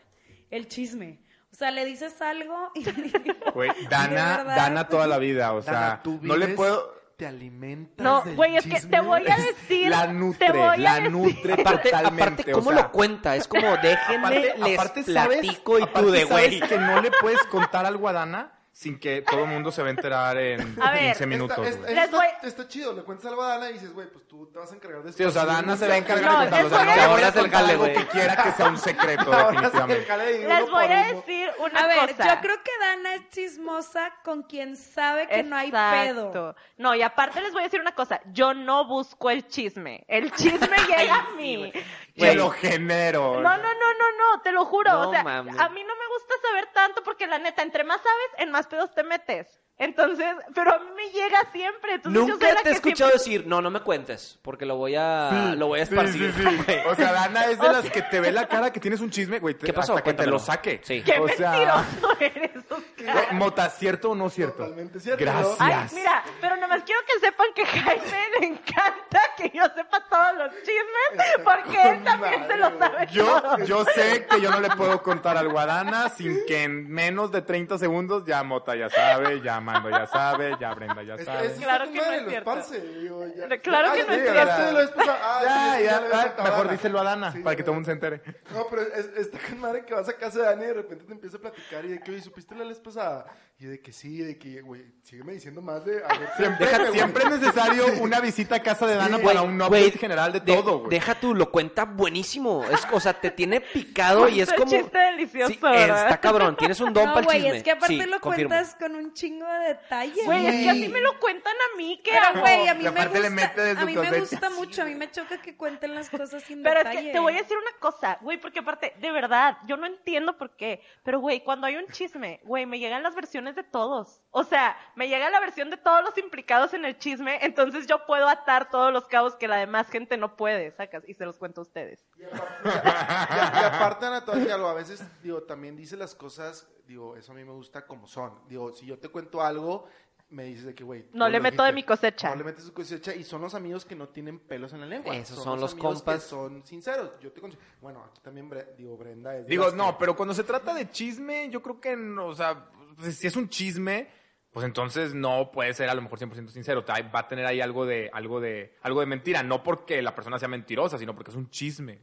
G: el chisme. O sea, le dices algo y...
D: Güey,
G: De
D: Dana,
G: verdad.
D: Dana toda la vida, o sea,
E: Dana, tú
D: no le
E: vives,
D: puedo...
E: Te alimentas
F: no,
E: del
F: güey, es que te
E: chisme.
F: voy a decir,
D: La nutre,
F: te voy a
D: la
F: decir-
D: nutre
A: Aparte,
D: totalmente,
A: aparte,
D: o
A: ¿cómo
D: sea,
A: lo cuenta? Es como, déjenme, les
D: sabes-
A: platico y tú
D: aparte
A: de
D: sabes
A: güey.
D: que no le puedes contar algo a Dana sin que todo el mundo se va a enterar en
F: A ver,
D: 15 minutos.
E: Está, es-
D: güey.
E: es-
F: Les
E: está-
F: voy-
E: está chido, le cuentas algo a Dana y dices, güey, pues tú te vas a encargar de esto.
D: Sí, o sea, Dana se va a encargar
F: No,
D: de contarlo. O sea, no le voy
F: les voy a-
D: a
A: Ahora es el
D: contar
A: jale,
D: algo
A: güey.
D: que quiera que sea un secreto,
E: Ahora sí que el
D: definitivamente.
E: jale de uno
F: les voy
E: por
F: a
E: uno.
F: decir una
G: A ver,
F: cosa.
G: yo creo que Dana es chismosa con quien sabe que no hay
F: Exacto.
G: pedo.
F: No, y aparte les voy a decir una cosa, yo no busco el chisme, el chisme llega a mí.
D: Te lo genero.
F: No, no, no, no, no, te lo juro,
A: No
F: o sea,
A: mames.
F: a mí no me gusta saber tanto porque la neta, entre más sabes, en más pedos te metes. Entonces, pero a mí me llega siempre. Entonces yo soy
A: Nunca
F: la
A: te
F: que
A: he escuchado
F: siempre-
A: decir, no, no me cuentes, porque lo voy a, Ah, lo voy a
D: Sí,
A: esparcir.
D: sí, sí. O sea, Dana es de las que te ve la cara que tienes un chisme, güey, te-
A: ¿Qué pasó?
D: hasta que te
A: Cuéntamelo.
D: lo saque.
A: Sí.
F: Qué
D: o sea,
F: mentiroso eres, Oscar.
D: güey, Mota, ¿cierto o no cierto?
E: Totalmente cierto.
D: Gracias.
F: Ay, mira, pero nomás quiero que sepan que Jaime le encanta que yo sepa todos los chismes porque él también se lo sabe
D: Yo,
F: todo.
D: yo sé que yo no le puedo contar al Guadana sin que en menos de 30 segundos ya Mota ya sabe, ya Mando ya sabe, ya Brenda ya
E: Es,
D: sabe.
E: es-
F: Claro
E: es
F: que no
E: madre,
F: es
E: lo
F: cierto.
E: esparce, digo, ya.
F: Re- claro que
E: Ah,
F: no
E: sí,
F: es
E: ya
F: cierto.
E: estoy de la vez pasada. Ah,
D: Ya,
E: sí,
D: ya,
E: le
D: ah,
E: había contado a
D: mejor
E: Dana.
D: díselo a Dana
E: Sí,
D: para que
E: ya.
D: todo el mundo se entere.
E: No, pero es- está con madre que vas a casa de Dani y de repente te empieza a platicar y de que, oye, ¿supiste la vez pasada? Y de que sí, de que, güey, sígueme diciendo más de... a ver,
D: Siempre,
E: cuéntame, güey.
D: siempre es necesario una visita a casa de Dana
E: Sí.
D: para un update
A: Güey,
D: general de
A: de-
D: todo, güey.
A: Deja tú, lo cuenta buenisimo. Es, o sea, te tiene picado y es
F: Es un
A: como.
F: chiste delicioso,
A: Sí,
F: ¿verdad?
A: está cabrón. Tienes un don
G: No,
A: para el
G: güey,
A: chisme.
G: es que aparte
A: Sí,
G: lo
A: confirmo.
G: cuentas con un chingo de detalle.
F: Güey, es que así me lo cuentan a mí, que
G: Pero, güey, a mí
D: Y
G: me
D: aparte
G: gusta,
D: le mete de
G: a
D: su
G: mí me
D: coseta.
G: gusta mucho, a mí me choca que cuenten las cosas sin
F: Pero es
G: detalle.
F: que te voy a decir una cosa, güey, porque aparte, de verdad, yo no entiendo por qué, pero güey, cuando hay un chisme, güey, me llegan las versiones de todos. O sea, me llega la versión de todos los implicados en el chisme, entonces yo puedo atar todos los cabos que la demás gente no puede, sacas, y se los cuento a ustedes.
E: Y a- y aparte, Ana, todavía algo, a veces, digo, también dice las cosas, digo, eso a mí me gusta como son. Digo, si yo te cuento algo, me dices de que, güey.
F: No
A: Pues
E: tú
F: le
E: lo
F: meto de
E: dijiste.
F: mi cosecha.
E: No le metes su cosecha. Y son los amigos que no tienen pelos en la lengua.
A: Esos son los
E: amigos
A: compas.
E: Que son sinceros. Yo te con- Bueno, aquí también, Bre- digo, Brenda es. de
D: Digo,
E: las
D: no,
E: que-
D: pero cuando se trata de chisme, yo creo que, no, o sea, pues, si es un chisme, pues entonces no puede ser a lo mejor 100% sincero. Ta- Va a tener ahí algo de, algo de, algo de mentira. No porque la persona sea mentirosa, sino porque es un chisme.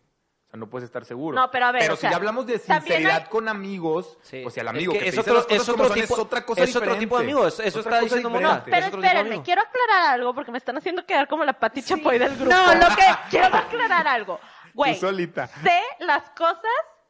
D: O sea, no puedes estar seguro.
F: No, pero a ver,
D: Pero
F: o
D: si
F: sea,
D: ya hablamos de
F: también
D: sinceridad
F: hay-
D: con amigos,
A: Sí.
D: o sea, el amigo que,
A: Es que
D: te
A: es
D: dice
A: otro-
D: las cosas
A: es otro
D: como son,
A: tipo-
D: es otra cosa
A: es otro
D: diferente.
A: tipo de amigo, es- eso
D: Otra
A: está
D: cosa
A: diciendo Mona.
D: diferente.
F: Pero
A: otro tipo de
F: espérenme,
A: amigo.
F: quiero aclarar algo porque me están haciendo quedar como la Pati Chapoy del grupo.
G: No, lo
F: que quiero aclarar algo. Güey,
D: Tú solita.
F: sé las cosas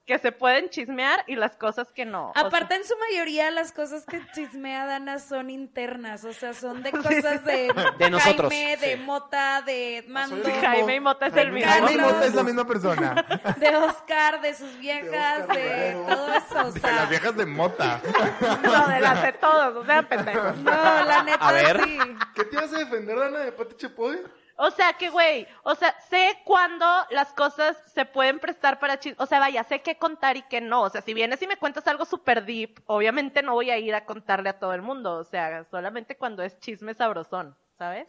F: que se pueden chismear y las cosas que no. O sea,
G: Aparte, en su mayoría, las cosas que chismea Dana son internas, o sea, son de cosas de,
A: De nosotros,
G: Jaime, de
A: sí.
G: Mota, de Mando,
E: Soy el
F: Jaime
E: mismo-
F: y Mota es el mismo.
D: Jaime y
G: No, no.
D: Mota es la misma persona.
G: de Oscar, de sus viejas,
E: Oscar
G: de,
E: Guerrero.
G: todo eso, o
D: De
G: sea,
D: las viejas de Mota.
F: No, de las de todos, o sea, pendejo.
G: no, la neta,
A: A ver.
G: sí.
E: ¿Qué te ibas a defender, Ana, de Pati Chapoy?
F: O sea, que güey, o sea, sé cuándo las cosas se pueden prestar para chismes. O sea, vaya, sé qué contar y qué no. O sea, si vienes y me cuentas algo súper deep, obviamente no voy a ir a contarle a todo el mundo. O sea, solamente cuando es chisme sabrosón, ¿sabes?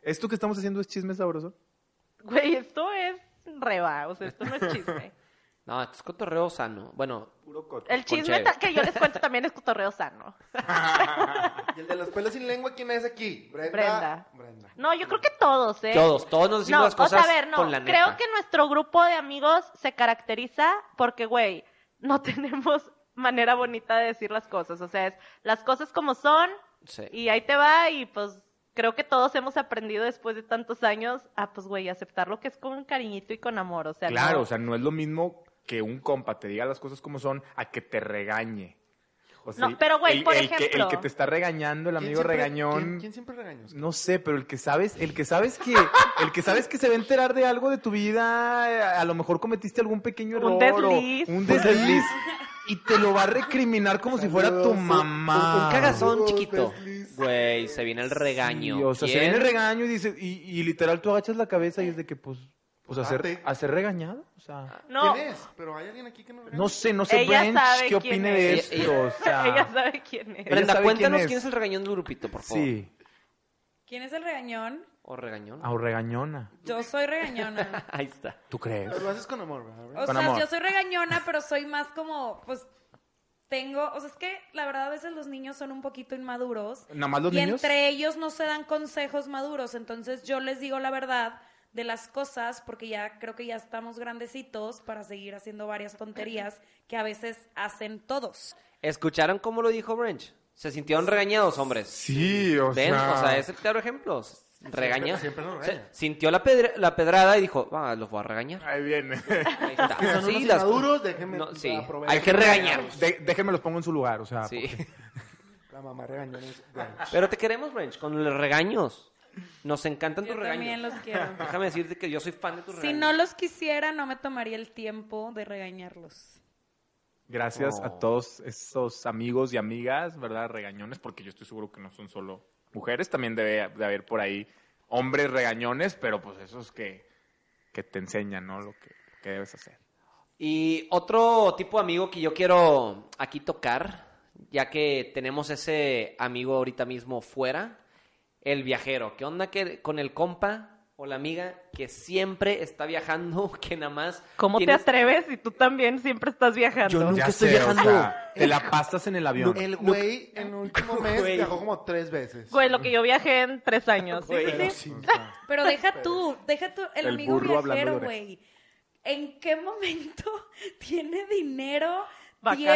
D: ¿Esto que estamos haciendo es chisme sabroso?
F: Güey, esto es reba, o sea, esto no es chisme.
A: No, esto es cotorreo sano. Bueno,
D: Puro coto.
F: El chisme
A: Conchero.
F: ta- que yo les cuento también es cotorreo sano.
E: Y el de los pelos sin lengua, ¿quién es aquí? Brenda.
F: Brenda.
E: Brenda.
F: No, yo creo que todos, ¿eh?
A: todos, todos nos decimos
F: No,
A: las cosas
F: o sea, a ver, no,
A: con la neta.
F: creo que nuestro grupo de amigos se caracteriza porque, güey, no tenemos manera bonita de decir las cosas. O sea, es las cosas como son
A: Sí.
F: y ahí te va y pues creo que todos hemos aprendido después de tantos años a, pues, güey, aceptar lo que es con cariñito y con amor. O sea,
D: Claro,
F: no-
D: o sea, no es lo mismo que un compa te diga las cosas como son a que te regañe. O
F: No, pero, güey,
D: el-
F: por
D: el que,
F: ejemplo.
D: el que te está regañando, el
E: ¿Quién
D: amigo
E: siempre-
D: regañón.
E: ¿Quién, quién siempre regaños?
D: No sé, pero el que sabes, el que sabes que, el que sabes que se va a enterar de algo de tu vida, a- a lo mejor cometiste algún pequeño error,
F: Un
D: o
F: desliz.
D: un desliz, y te lo va a recriminar como si fuera tu
E: Saludos, un-
D: mamá.
A: Un cagazón
E: Oh,
A: chiquito.
E: desliz.
A: Güey, se viene el regaño.
D: Sí, o sea, se
A: ¿Quién?
D: viene el regaño y dice, y, y literal tú agachas la cabeza y es de que pues, pues
E: Pues
D: hacer,
E: date.
D: hacer regañado, o sea,
F: no,
E: ¿Quién es? Pero hay alguien aquí que no regaña.
D: no sé, no sé,
F: Ella
D: Branch,
F: sabe
D: ¿qué
F: quién
D: opine de
A: es.
D: esto?
A: Ella-
D: o sea,
F: ella sabe quién es.
D: Ella
A: Brenda,
D: sabe quién
A: cuéntanos quién
D: es.
A: es. el regañón del grupito, por favor.
D: sí, Ah.
G: ¿Quién es el regañón?
A: O regañón.
D: a regañona,
G: Yo soy regañona.
A: Ahí está.
D: ¿tú crees?
E: Pero Lo haces con amor, ¿verdad?
G: O
D: Con
G: sea,
D: amor.
G: yo soy regañona, pero soy más como, pues, tengo, o sea, es que la verdad a veces los niños son un poquito inmaduros.
D: Nada más los
G: y
D: niños.
G: entre ellos no se dan consejos maduros, entonces yo les digo la verdad de las cosas porque ya creo que ya estamos grandecitos para seguir haciendo varias tonterías que a veces hacen todos.
A: ¿Escucharon cómo lo dijo Branch? Se sintieron regañados, hombres.
D: Sí, o
A: ¿Ven? O sea, es el claro ejemplo. Regaña.
E: eh.
A: Se- sintió la, pedre- la pedrada y dijo, ah, los voy a regañar.
D: Ahí viene.
A: Ahí está.
E: que son unos inmaduros, déjenme
A: No, sí.
E: aprovechar.
A: Hay que regañarlos.
D: De- déjenme los pongo en su lugar, o sea,
A: Sí.
E: La mamá regañona es Brenda.
A: Pero te queremos, Branch, con los regaños. Nos encantan
G: Yo
A: tus
G: también
A: regaños.
G: los quiero.
A: Déjame decirte que yo soy fan de tus
G: Si
A: regaños.
G: no los quisiera, no me tomaría el tiempo de regañarlos.
D: Gracias
A: Oh.
D: a todos esos amigos y amigas, ¿verdad? Regañones, porque yo estoy seguro que no son solo mujeres, también debe de haber por ahí hombres regañones, pero pues esos que, que te enseñan, ¿no? Lo que, lo que debes hacer.
A: Y otro tipo de amigo que yo quiero aquí tocar, ya que tenemos ese amigo ahorita mismo fuera, el viajero. ¿Qué onda que, con el compa o la amiga que siempre está viajando, que nada más...
F: ¿Cómo
A: tienes-
F: te atreves si tú también siempre estás viajando?
A: Yo nunca
D: Ya
A: estoy
D: sé, o
A: viajando.
D: sea, te la pasas en el avión.
E: El güey en el último mes
A: Güey.
E: viajó como tres veces.
F: Güey, lo que yo viajé en tres años. ¿sí?
A: Güey,
F: Sí, sí.
E: Sí, o sea,
G: Pero deja tú, deja tú, el,
D: El
G: amigo
D: burro hablando de
G: viajero,
D: orejas.
G: güey. ¿En qué momento tiene dinero,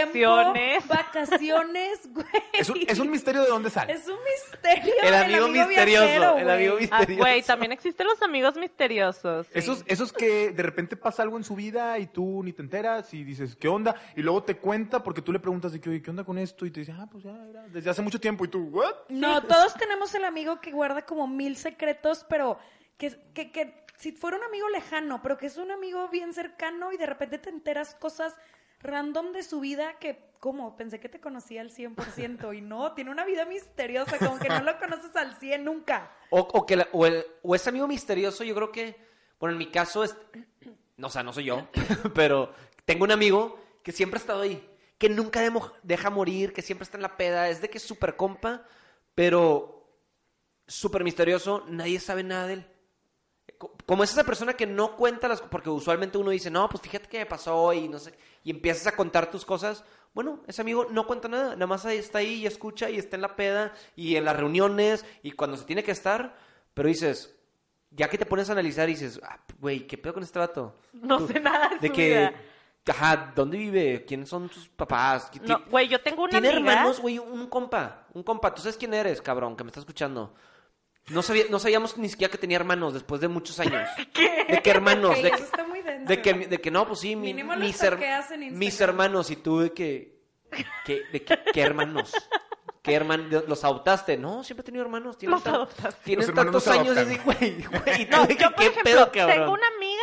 F: Vacaciones.
G: Tiempo, vacaciones, güey.
D: Es un, es un misterio de dónde sale.
G: Es un misterio.
A: El amigo misterioso,
G: viajero,
A: el amigo
G: güey.
A: misterioso.
F: Ah, Güey, también existen los amigos misteriosos.
D: Esos, esos que de repente pasa algo en su vida y tú ni te enteras y dices, ¿qué onda? Y luego te cuenta porque tú le preguntas de que, oye, ¿qué onda con esto? Y te dice, ah, pues ya era desde hace mucho tiempo. Y tú, ¿what?
G: No, todos tenemos el amigo que guarda como mil secretos, pero que, que, que si fuera un amigo lejano, pero que es un amigo bien cercano y de repente te enteras cosas random de su vida que, como, pensé que te conocía al 100% y no, tiene una vida misteriosa, como que no lo conoces al 100 nunca.
A: O, o que la- o, el- o ese amigo misterioso, yo creo que, bueno, en mi caso es, no, o sea, no soy yo, pero tengo un amigo que siempre ha estado ahí, que nunca demo- deja morir, que siempre está en la peda, es de que es súper compa, pero súper misterioso, nadie sabe nada de él. Co- Como es esa persona que no cuenta las porque usualmente uno dice, no, pues fíjate qué me pasó y no sé, y empiezas a contar tus cosas. Bueno, ese amigo no cuenta nada, nada más ahí está ahí y escucha y está en la peda y en las reuniones y cuando se tiene que estar, pero dices, ya que te pones a analizar y dices, ah, güey, ¿qué pedo con este vato?
F: No
A: Tú-
F: sé nada de
A: De
F: su
A: que,
F: vida.
A: ajá, ¿dónde vive? ¿Quiénes son tus papás? ¿Qué ti-
F: No, güey, yo tengo una
A: tiene
F: amiga.
A: hermanos, güey, un compa, un compa. ¿Tú sabes quién eres, cabrón, que me está escuchando? No, sabía- no sabíamos ni siquiera que tenía hermanos después de muchos años. ¿De qué hermanos?
G: Ok,
A: de,
G: eso
A: que,
G: está muy denso.
A: de que, de que no, pues sí, mi-
G: Mínimo los
A: mis, her-
G: toqueas en Instagram.
A: mis hermanos y tú de que... que- de que- ¿Qué hermanos? ¿Qué hermanos? ¿Los adoptaste? No, siempre he tenido hermanos. Tienen
F: Los
A: tan-
F: adoptaste.
A: Tienen
D: Los hermanos
A: tantos
D: no se
A: años y así,
D: adoptan.
A: güey, güey. y tú
F: No,
A: de que,
F: yo, por
A: ¿qué
F: ejemplo,
A: pedo, cabrón?
F: tengo una amiga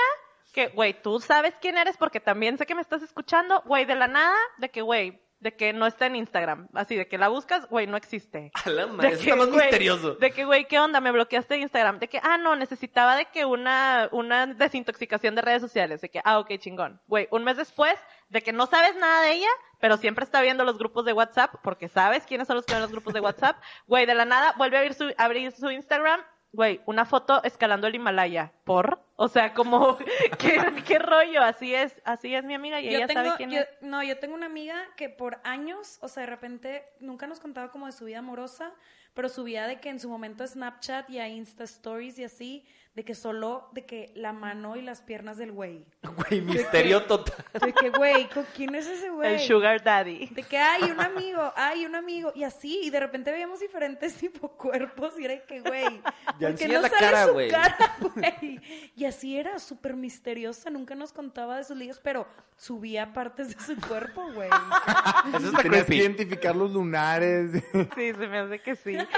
F: que, güey, tú sabes quién eres porque también sé que me estás escuchando, güey, de la nada, de que, güey, de que no está en Instagram. Así, de que la buscas, güey, no existe.
A: A la
F: De
A: madre, eso
F: que,
A: está más
F: güey,
A: misterioso.
F: De que, güey, ¿qué onda? Me bloqueaste de Instagram. De que, ah, no, necesitaba de que una, una desintoxicación de redes sociales. De que, ah, ok, chingón. Güey, un mes después, de que no sabes nada de ella, pero siempre está viendo los grupos de WhatsApp, porque sabes quiénes son los que ven los grupos de WhatsApp. Güey, de la nada, vuelve a abrir su, abrir su Instagram. Güey, una foto escalando el Himalaya. ¿Por? O sea, como, ¿qué, qué rollo? Así es, así es mi amiga y ella
G: Yo tengo,
F: sabe quién
G: yo-
F: es.
G: no, yo tengo una amiga que por años, o sea, de repente nunca nos contaba como de su vida amorosa, pero su vida de que en su momento a Snapchat y a Insta Stories y así, de que solo, de que la mano y las piernas del güey.
A: Güey, misterio total.
G: De que, güey, ¿con quién es ese güey?
F: El Sugar Daddy.
G: De que hay un amigo, hay un amigo, y así, y de repente veíamos diferentes tipo cuerpos, y era de que, güey,
A: Ya
G: porque
A: enseña
G: no
A: la
G: sale
A: cara,
G: su
A: güey.
G: cara, güey. Y así era, súper misteriosa, nunca nos contaba de sus ligas, pero subía partes de su cuerpo, güey.
A: Eso
D: Y
A: está
D: Tenías que
A: creepy.
D: identificar los lunares.
F: Sí, se me hace que sí.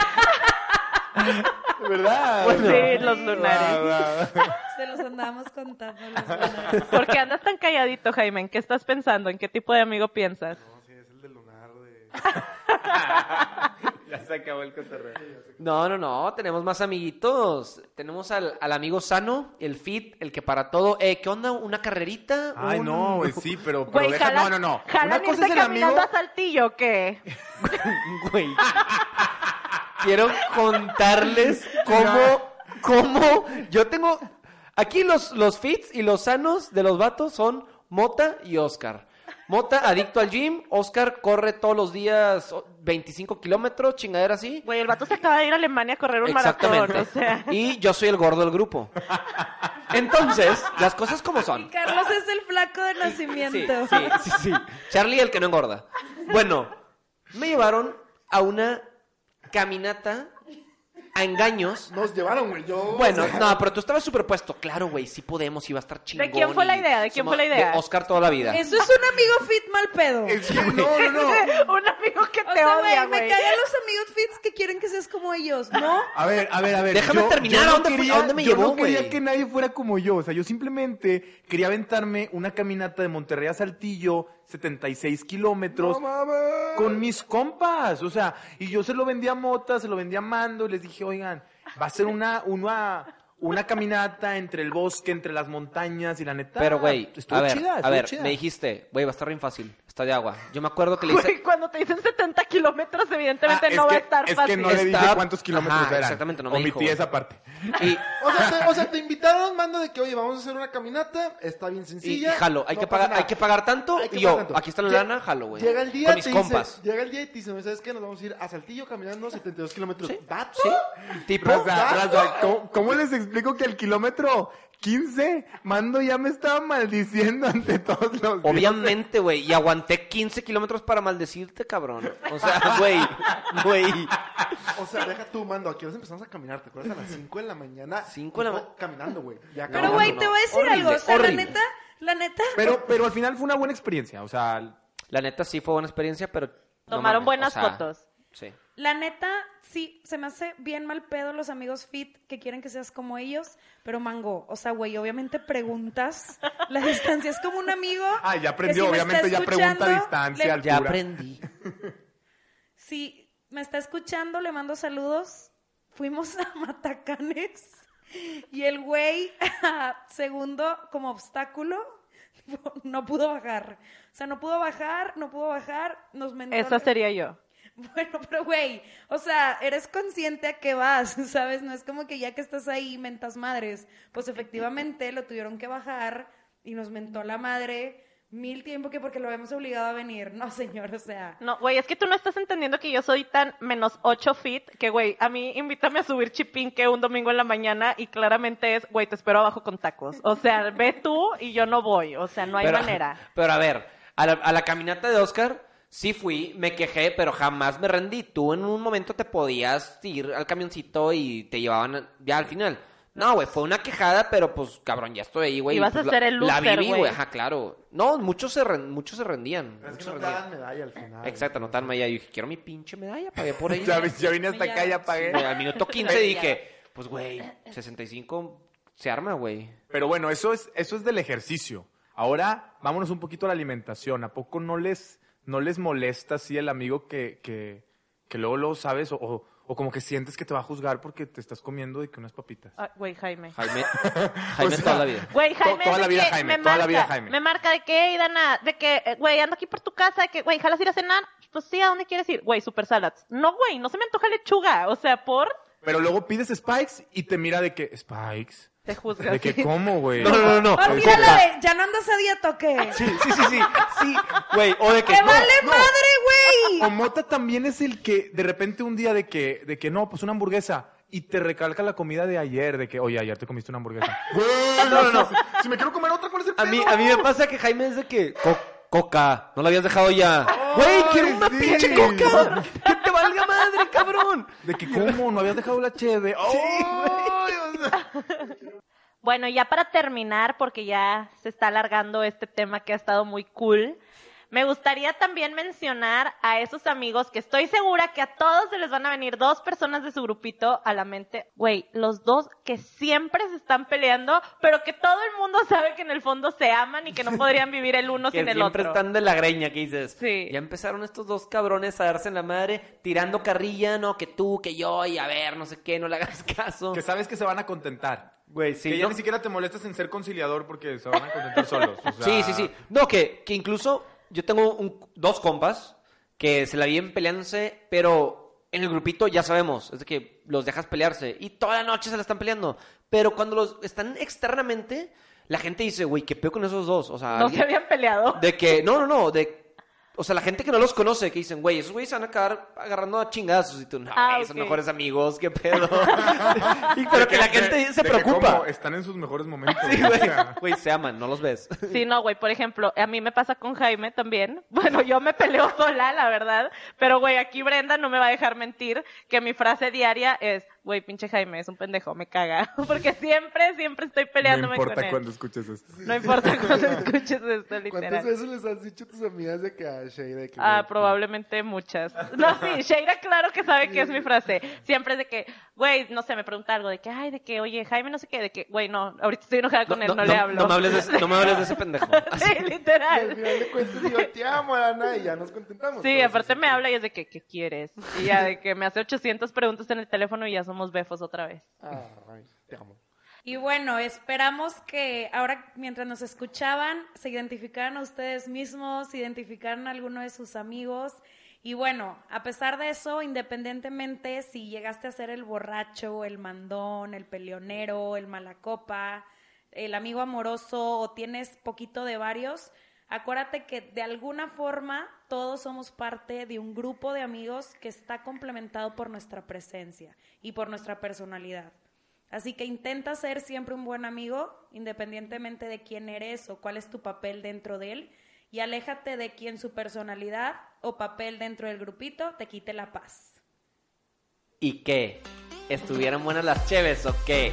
D: ¿Verdad?
F: Pues sí,
G: los
F: lunares.
D: Va, va.
G: Se los andábamos contando los lunares.
F: ¿Por qué andas tan calladito, Jaime? ¿En qué estás pensando? ¿En qué tipo de amigo piensas?
D: Ya se acabó el cotorreo.
A: No, no, no, tenemos más amiguitos. Tenemos al, al amigo sano, el fit, el que para todo. Eh, ¿Qué onda? ¿Una carrerita?
D: Ay,
A: Un-
D: no, güey, sí, pero, pero
F: Güey,
D: deja-
F: jalan,
D: no, no, no.
F: jalan
D: Una cosa
F: irse
D: es el
F: caminando
D: amigo,
F: a Saltillo, ¿o ¿qué?
A: Güey. Quiero contarles cómo, cómo. Yo tengo. Aquí los, los fits y los sanos de los vatos son Mota y Oscar. Mota, adicto al gym. Oscar corre todos los días o- 25 kilómetros, chingadera así.
F: Güey, el vato se acaba de ir a Alemania a correr un
A: Exactamente.
F: maratón, o sea.
A: Y yo soy el gordo del grupo. Entonces, las cosas como
G: Y
A: son.
G: Carlos es el flaco de
A: Sí,
G: nacimiento.
A: sí, sí, sí. Charlie el que no engorda. Bueno, me llevaron a una caminata a engaños.
E: Nos llevaron, güey. Yo.
A: Bueno, no, pero tú estabas superpuesto. Claro, güey, sí podemos, iba a estar chingón.
F: quién fue la
A: y
F: idea? ¿De quién
A: somos-
F: fue la idea?
A: de Oscar toda la vida.
G: Eso es un amigo fit mal pedo.
E: Es que no, no, no.
F: un amigo que te
G: O sea,
F: odia,
G: güey, me
F: güey.
G: cagan los amigos fits que quieren que seas como ellos, ¿no?
D: A ver, a ver, a ver.
A: Déjame terminar, ¿a dónde fui- a dónde me
D: yo
A: llevó,
D: no quería
A: güey?
D: que nadie fuera como yo. O sea, yo simplemente quería aventarme una caminata de Monterrey a Saltillo, 76 kilómetros,
E: No mames.
D: con mis compas. O sea, y yo se lo vendía a Mota, se lo vendía a Mando, y les dije, oigan, va a ser una, una, una caminata entre el bosque, entre las montañas, y la neta.
A: Pero, güey,
D: estuvo
A: a ver,
D: chida,
A: a
D: estuvo
A: ver,
D: chida.
A: me dijiste, güey, va a estar bien fácil, está de agua. Yo me acuerdo que le hice...
F: Güey, cuando te dicen 70 kilómetros, evidentemente
D: Ah, es
F: no va
D: que-
F: a estar
D: es
F: fácil.
D: que no le dije
A: Está-
D: cuántos kilómetros
A: Ajá,
D: eran.
A: exactamente, no me
D: Omití
A: dijo, güey.
D: esa parte.
A: Y,
E: O sea, te, o sea, te invitaron, mando de que, oye, vamos a hacer una caminata, está bien
A: Y,
E: sencilla.
A: y jalo, hay,
E: no
A: que
E: pasa
A: pagar,
E: nada.
A: hay que pagar tanto.
E: Hay que
A: y yo,
E: pagar tanto.
A: aquí está la
E: Lle-
A: lana, jalo, güey.
E: Llega el día,
A: Con
E: te
A: mis
E: dice-
A: compas.
E: llega el día y te dicen, ¿sabes qué? Nos vamos a ir a Saltillo caminando 72 kilómetros. ¿Vato?
A: Sí. Tipo,
D: Raza, raza, ¿cómo, cómo les explico que el kilómetro 15. Mando ya me estaba maldiciendo ante todos los.
A: Obviamente, güey. Y aguanté 15 kilómetros para maldecirte, cabrón. O sea, güey. Güey.
E: O sea, deja tú, mando. Aquí nos empezamos a caminar. ¿Te acuerdas? A las 5 de la mañana.
A: Cinco de la
E: No,
A: ma-
E: Caminando, güey. Ya
G: Pero,
E: caminando.
G: güey,
A: no.
G: te voy a decir
A: Horrible,
G: algo. O sea,
A: horrible.
G: la neta, la neta.
D: Pero, pero al final fue una buena experiencia. O sea,
A: La neta sí fue buena experiencia, pero. no
F: Tomaron
A: mames,
F: buenas
A: o sea,
F: fotos.
A: Sí.
G: La neta, sí, se me hace bien mal pedo los amigos fit que quieren que seas como ellos, pero mango, o sea, güey, obviamente preguntas la distancia. Es como un amigo.
D: Ah, ya aprendió,
G: que si me
D: obviamente
G: está
D: ya pregunta
G: escuchando,
D: distancia,
G: le-
D: altura.
A: Ya aprendí.
G: si me está escuchando, le mando saludos. Fuimos a Matacanes y el güey, segundo como obstáculo, no pudo bajar. O sea, no pudo bajar, no pudo bajar, nos mentó.
F: Esa sería yo.
G: Bueno, pero güey, o sea, eres consciente a qué vas, ¿sabes? No es como que ya que estás ahí mentas madres. Pues efectivamente lo tuvieron que bajar y nos mentó la madre mil tiempo que porque lo habíamos obligado a venir. No, señor, o sea.
F: No, güey, es que tú no estás entendiendo que yo soy tan menos 8 feet que, güey, a mí invítame a subir chipinque un domingo en la mañana y claramente es, güey, te espero abajo con tacos. O sea, ve tú y yo no voy. O sea, no hay
A: pero,
F: manera.
A: Pero a ver, a la, a la caminata de Oscar sí fui, me quejé, pero jamás me rendí. Tú en un momento te podías ir al camioncito y te llevaban a- ya al final. No, güey, fue una quejada, pero pues cabrón, ya estoy ahí, güey.
F: Ibas
A: pues,
F: a ser el
A: La
F: loser,
A: viví,
F: güey.
A: güey, ajá, claro. No, muchos se, ren- muchos se rendían.
E: Es
A: muchos
E: que
A: se
E: no te
A: rendían.
E: dan medalla al final.
A: Exacto, no tan medalla. Yo dije, quiero mi pinche medalla, pagué por ahí.
D: Ya, vi- ya vine hasta acá, ya pagué.
A: Al minuto 15 dije, pues güey, 65 se arma, güey.
D: Pero bueno, eso es, eso es del ejercicio. Ahora, vámonos un poquito a la alimentación. ¿A poco no les, no les molesta así el amigo que, que, que luego lo sabes o, o- o como que sientes que te va a juzgar porque te estás comiendo de que unas papitas?
F: Ay, Ah, Güey, Jaime.
A: Jaime, Jaime
D: O sea,
A: toda la vida.
F: Güey,
D: To-
F: Jaime,
D: toda
F: de
D: la vida
F: que
D: Jaime,
F: me
D: toda la
F: marca,
D: vida Jaime.
F: Me marca de que, "Ey, Dana, de que, eh, güey, ando aquí por tu casa, de que, güey, jalas ir a cenar. Pues sí, ¿a dónde quieres ir? Güey, super salads. No, güey, no se me antoja lechuga. O sea, por,
D: Pero luego pides Spikes y te mira de que, ¿Spikes?
F: te juzgas.
D: ¿De que cómo, güey?
A: No, no, no, no.
G: Ah, mira la de, ya no andas a dieta o qué?
A: Sí, sí, sí, sí, sí, güey, o de que
G: ¡Te
A: no,
G: vale
A: no.
G: madre,
D: O
G: güey!
D: Mota también es el que de repente un día de que, de que no, pues una hamburguesa. Y te recalca la comida de ayer, de que, oye, ayer te comiste una hamburguesa.
E: Güey, no, no, no. Si me quiero comer otra, ¿cuál es el
A: A mí,
E: pedo?
A: a mí me pasa que Jaime es de que co- coca, no la habías dejado ya. Güey, quiero una
D: sí.
A: pinche coca. Que te valga madre, cabrón.
D: De que, ¿cómo? ¿No habías dejado la cheve? ¡Ay, o sea!
F: Bueno, ya para terminar, porque ya se está alargando este tema que ha estado muy cool, me gustaría también mencionar a esos amigos que estoy segura que a todos se les van a venir dos personas de su grupito a la mente. Güey, los dos que siempre se están peleando, pero que todo el mundo sabe que en el fondo se aman y que no podrían vivir el uno
A: Que
F: sin el
A: siempre
F: otro.
A: están de la greña, que dices.
F: Sí.
A: Ya empezaron estos dos cabrones a darse en la madre, tirando carrilla, no, que tú, que yo, y a ver, no sé qué, no le hagas caso.
D: Que sabes que se van a contentar.
A: Güey, sí.
D: que ya
A: ¿no?
D: ni siquiera te molestas en ser conciliador porque se van a contentar solos. o sea.
A: Sí, sí, sí. No, que, que incluso yo tengo un- dos compas que se la vienen peleándose, pero en el grupito ya sabemos, es de que los dejas pelearse y toda la noche se la están peleando. Pero cuando los están externamente, la gente dice, güey, ¿qué pedo con esos dos? O sea,
F: No se habían peleado.
A: de que, no, no, no, de... O sea, la gente que no los conoce, que dicen, güey, esos güeyes se van a acabar agarrando a chingazos. Y tú, no,
F: Ah,
A: güey, son
F: ok.
A: mejores amigos, qué pedo. Y- pero que la gente se
D: de que
A: preocupa.
D: cómo están en sus mejores momentos.
A: Sí,
D: o
A: güey.
D: sea.
A: Güey, se aman, no los ves.
F: Sí, no, güey, por ejemplo, a mí me pasa con Jaime también. Bueno, yo me peleo sola, la verdad. Pero, güey, aquí Brenda no me va a dejar mentir que mi frase diaria es, güey, pinche Jaime, es un pendejo, me caga. Porque siempre, siempre estoy
D: no
F: peleándome con
D: importa
F: él.
D: cuando escuches esto.
F: No importa cuando escuches esto,
E: ¿Cuántas
F: literal.
E: veces les has dicho a tus amigas de que a Shade de que
F: Ah,
E: güey,
F: probablemente muchas. No, sí, Sheira claro que sabe que es mi frase. Siempre es de que, güey, no sé, me pregunta algo de que, ay, de que, oye, Jaime, no sé qué, de que, güey, no, ahorita estoy enojada con él, no, le hablo.
A: No me hables de ese, no me hables de ese pendejo.
F: Sí,
E: Y al
F: literal.
E: final de cuentas digo, te amo, Ana, y ya nos contentamos.
F: Sí,
E: Pero
F: aparte me habla y es de que, ¿qué quieres? Y ya de que me hace 800 preguntas en el teléfono y ya somos befos otra vez.
E: Ah, ay, te amo.
G: Y bueno, esperamos que ahora, mientras nos escuchaban, se identificaran a ustedes mismos, se identificaran a alguno de sus amigos. Y bueno, a pesar de eso, independientemente si llegaste a ser el borracho, el mandón, el peleonero, el malacopa, el amigo amoroso o tienes poquito de varios, acuérdate que de alguna forma todos somos parte de un grupo de amigos que está complementado por nuestra presencia y por nuestra personalidad. Así que intenta ser siempre un buen amigo, independientemente de quién eres o cuál es tu papel dentro de él, y aléjate de quien su personalidad o papel dentro del grupito te quite la paz.
A: ¿Y qué? ¿Estuvieran buenas las cheves o qué?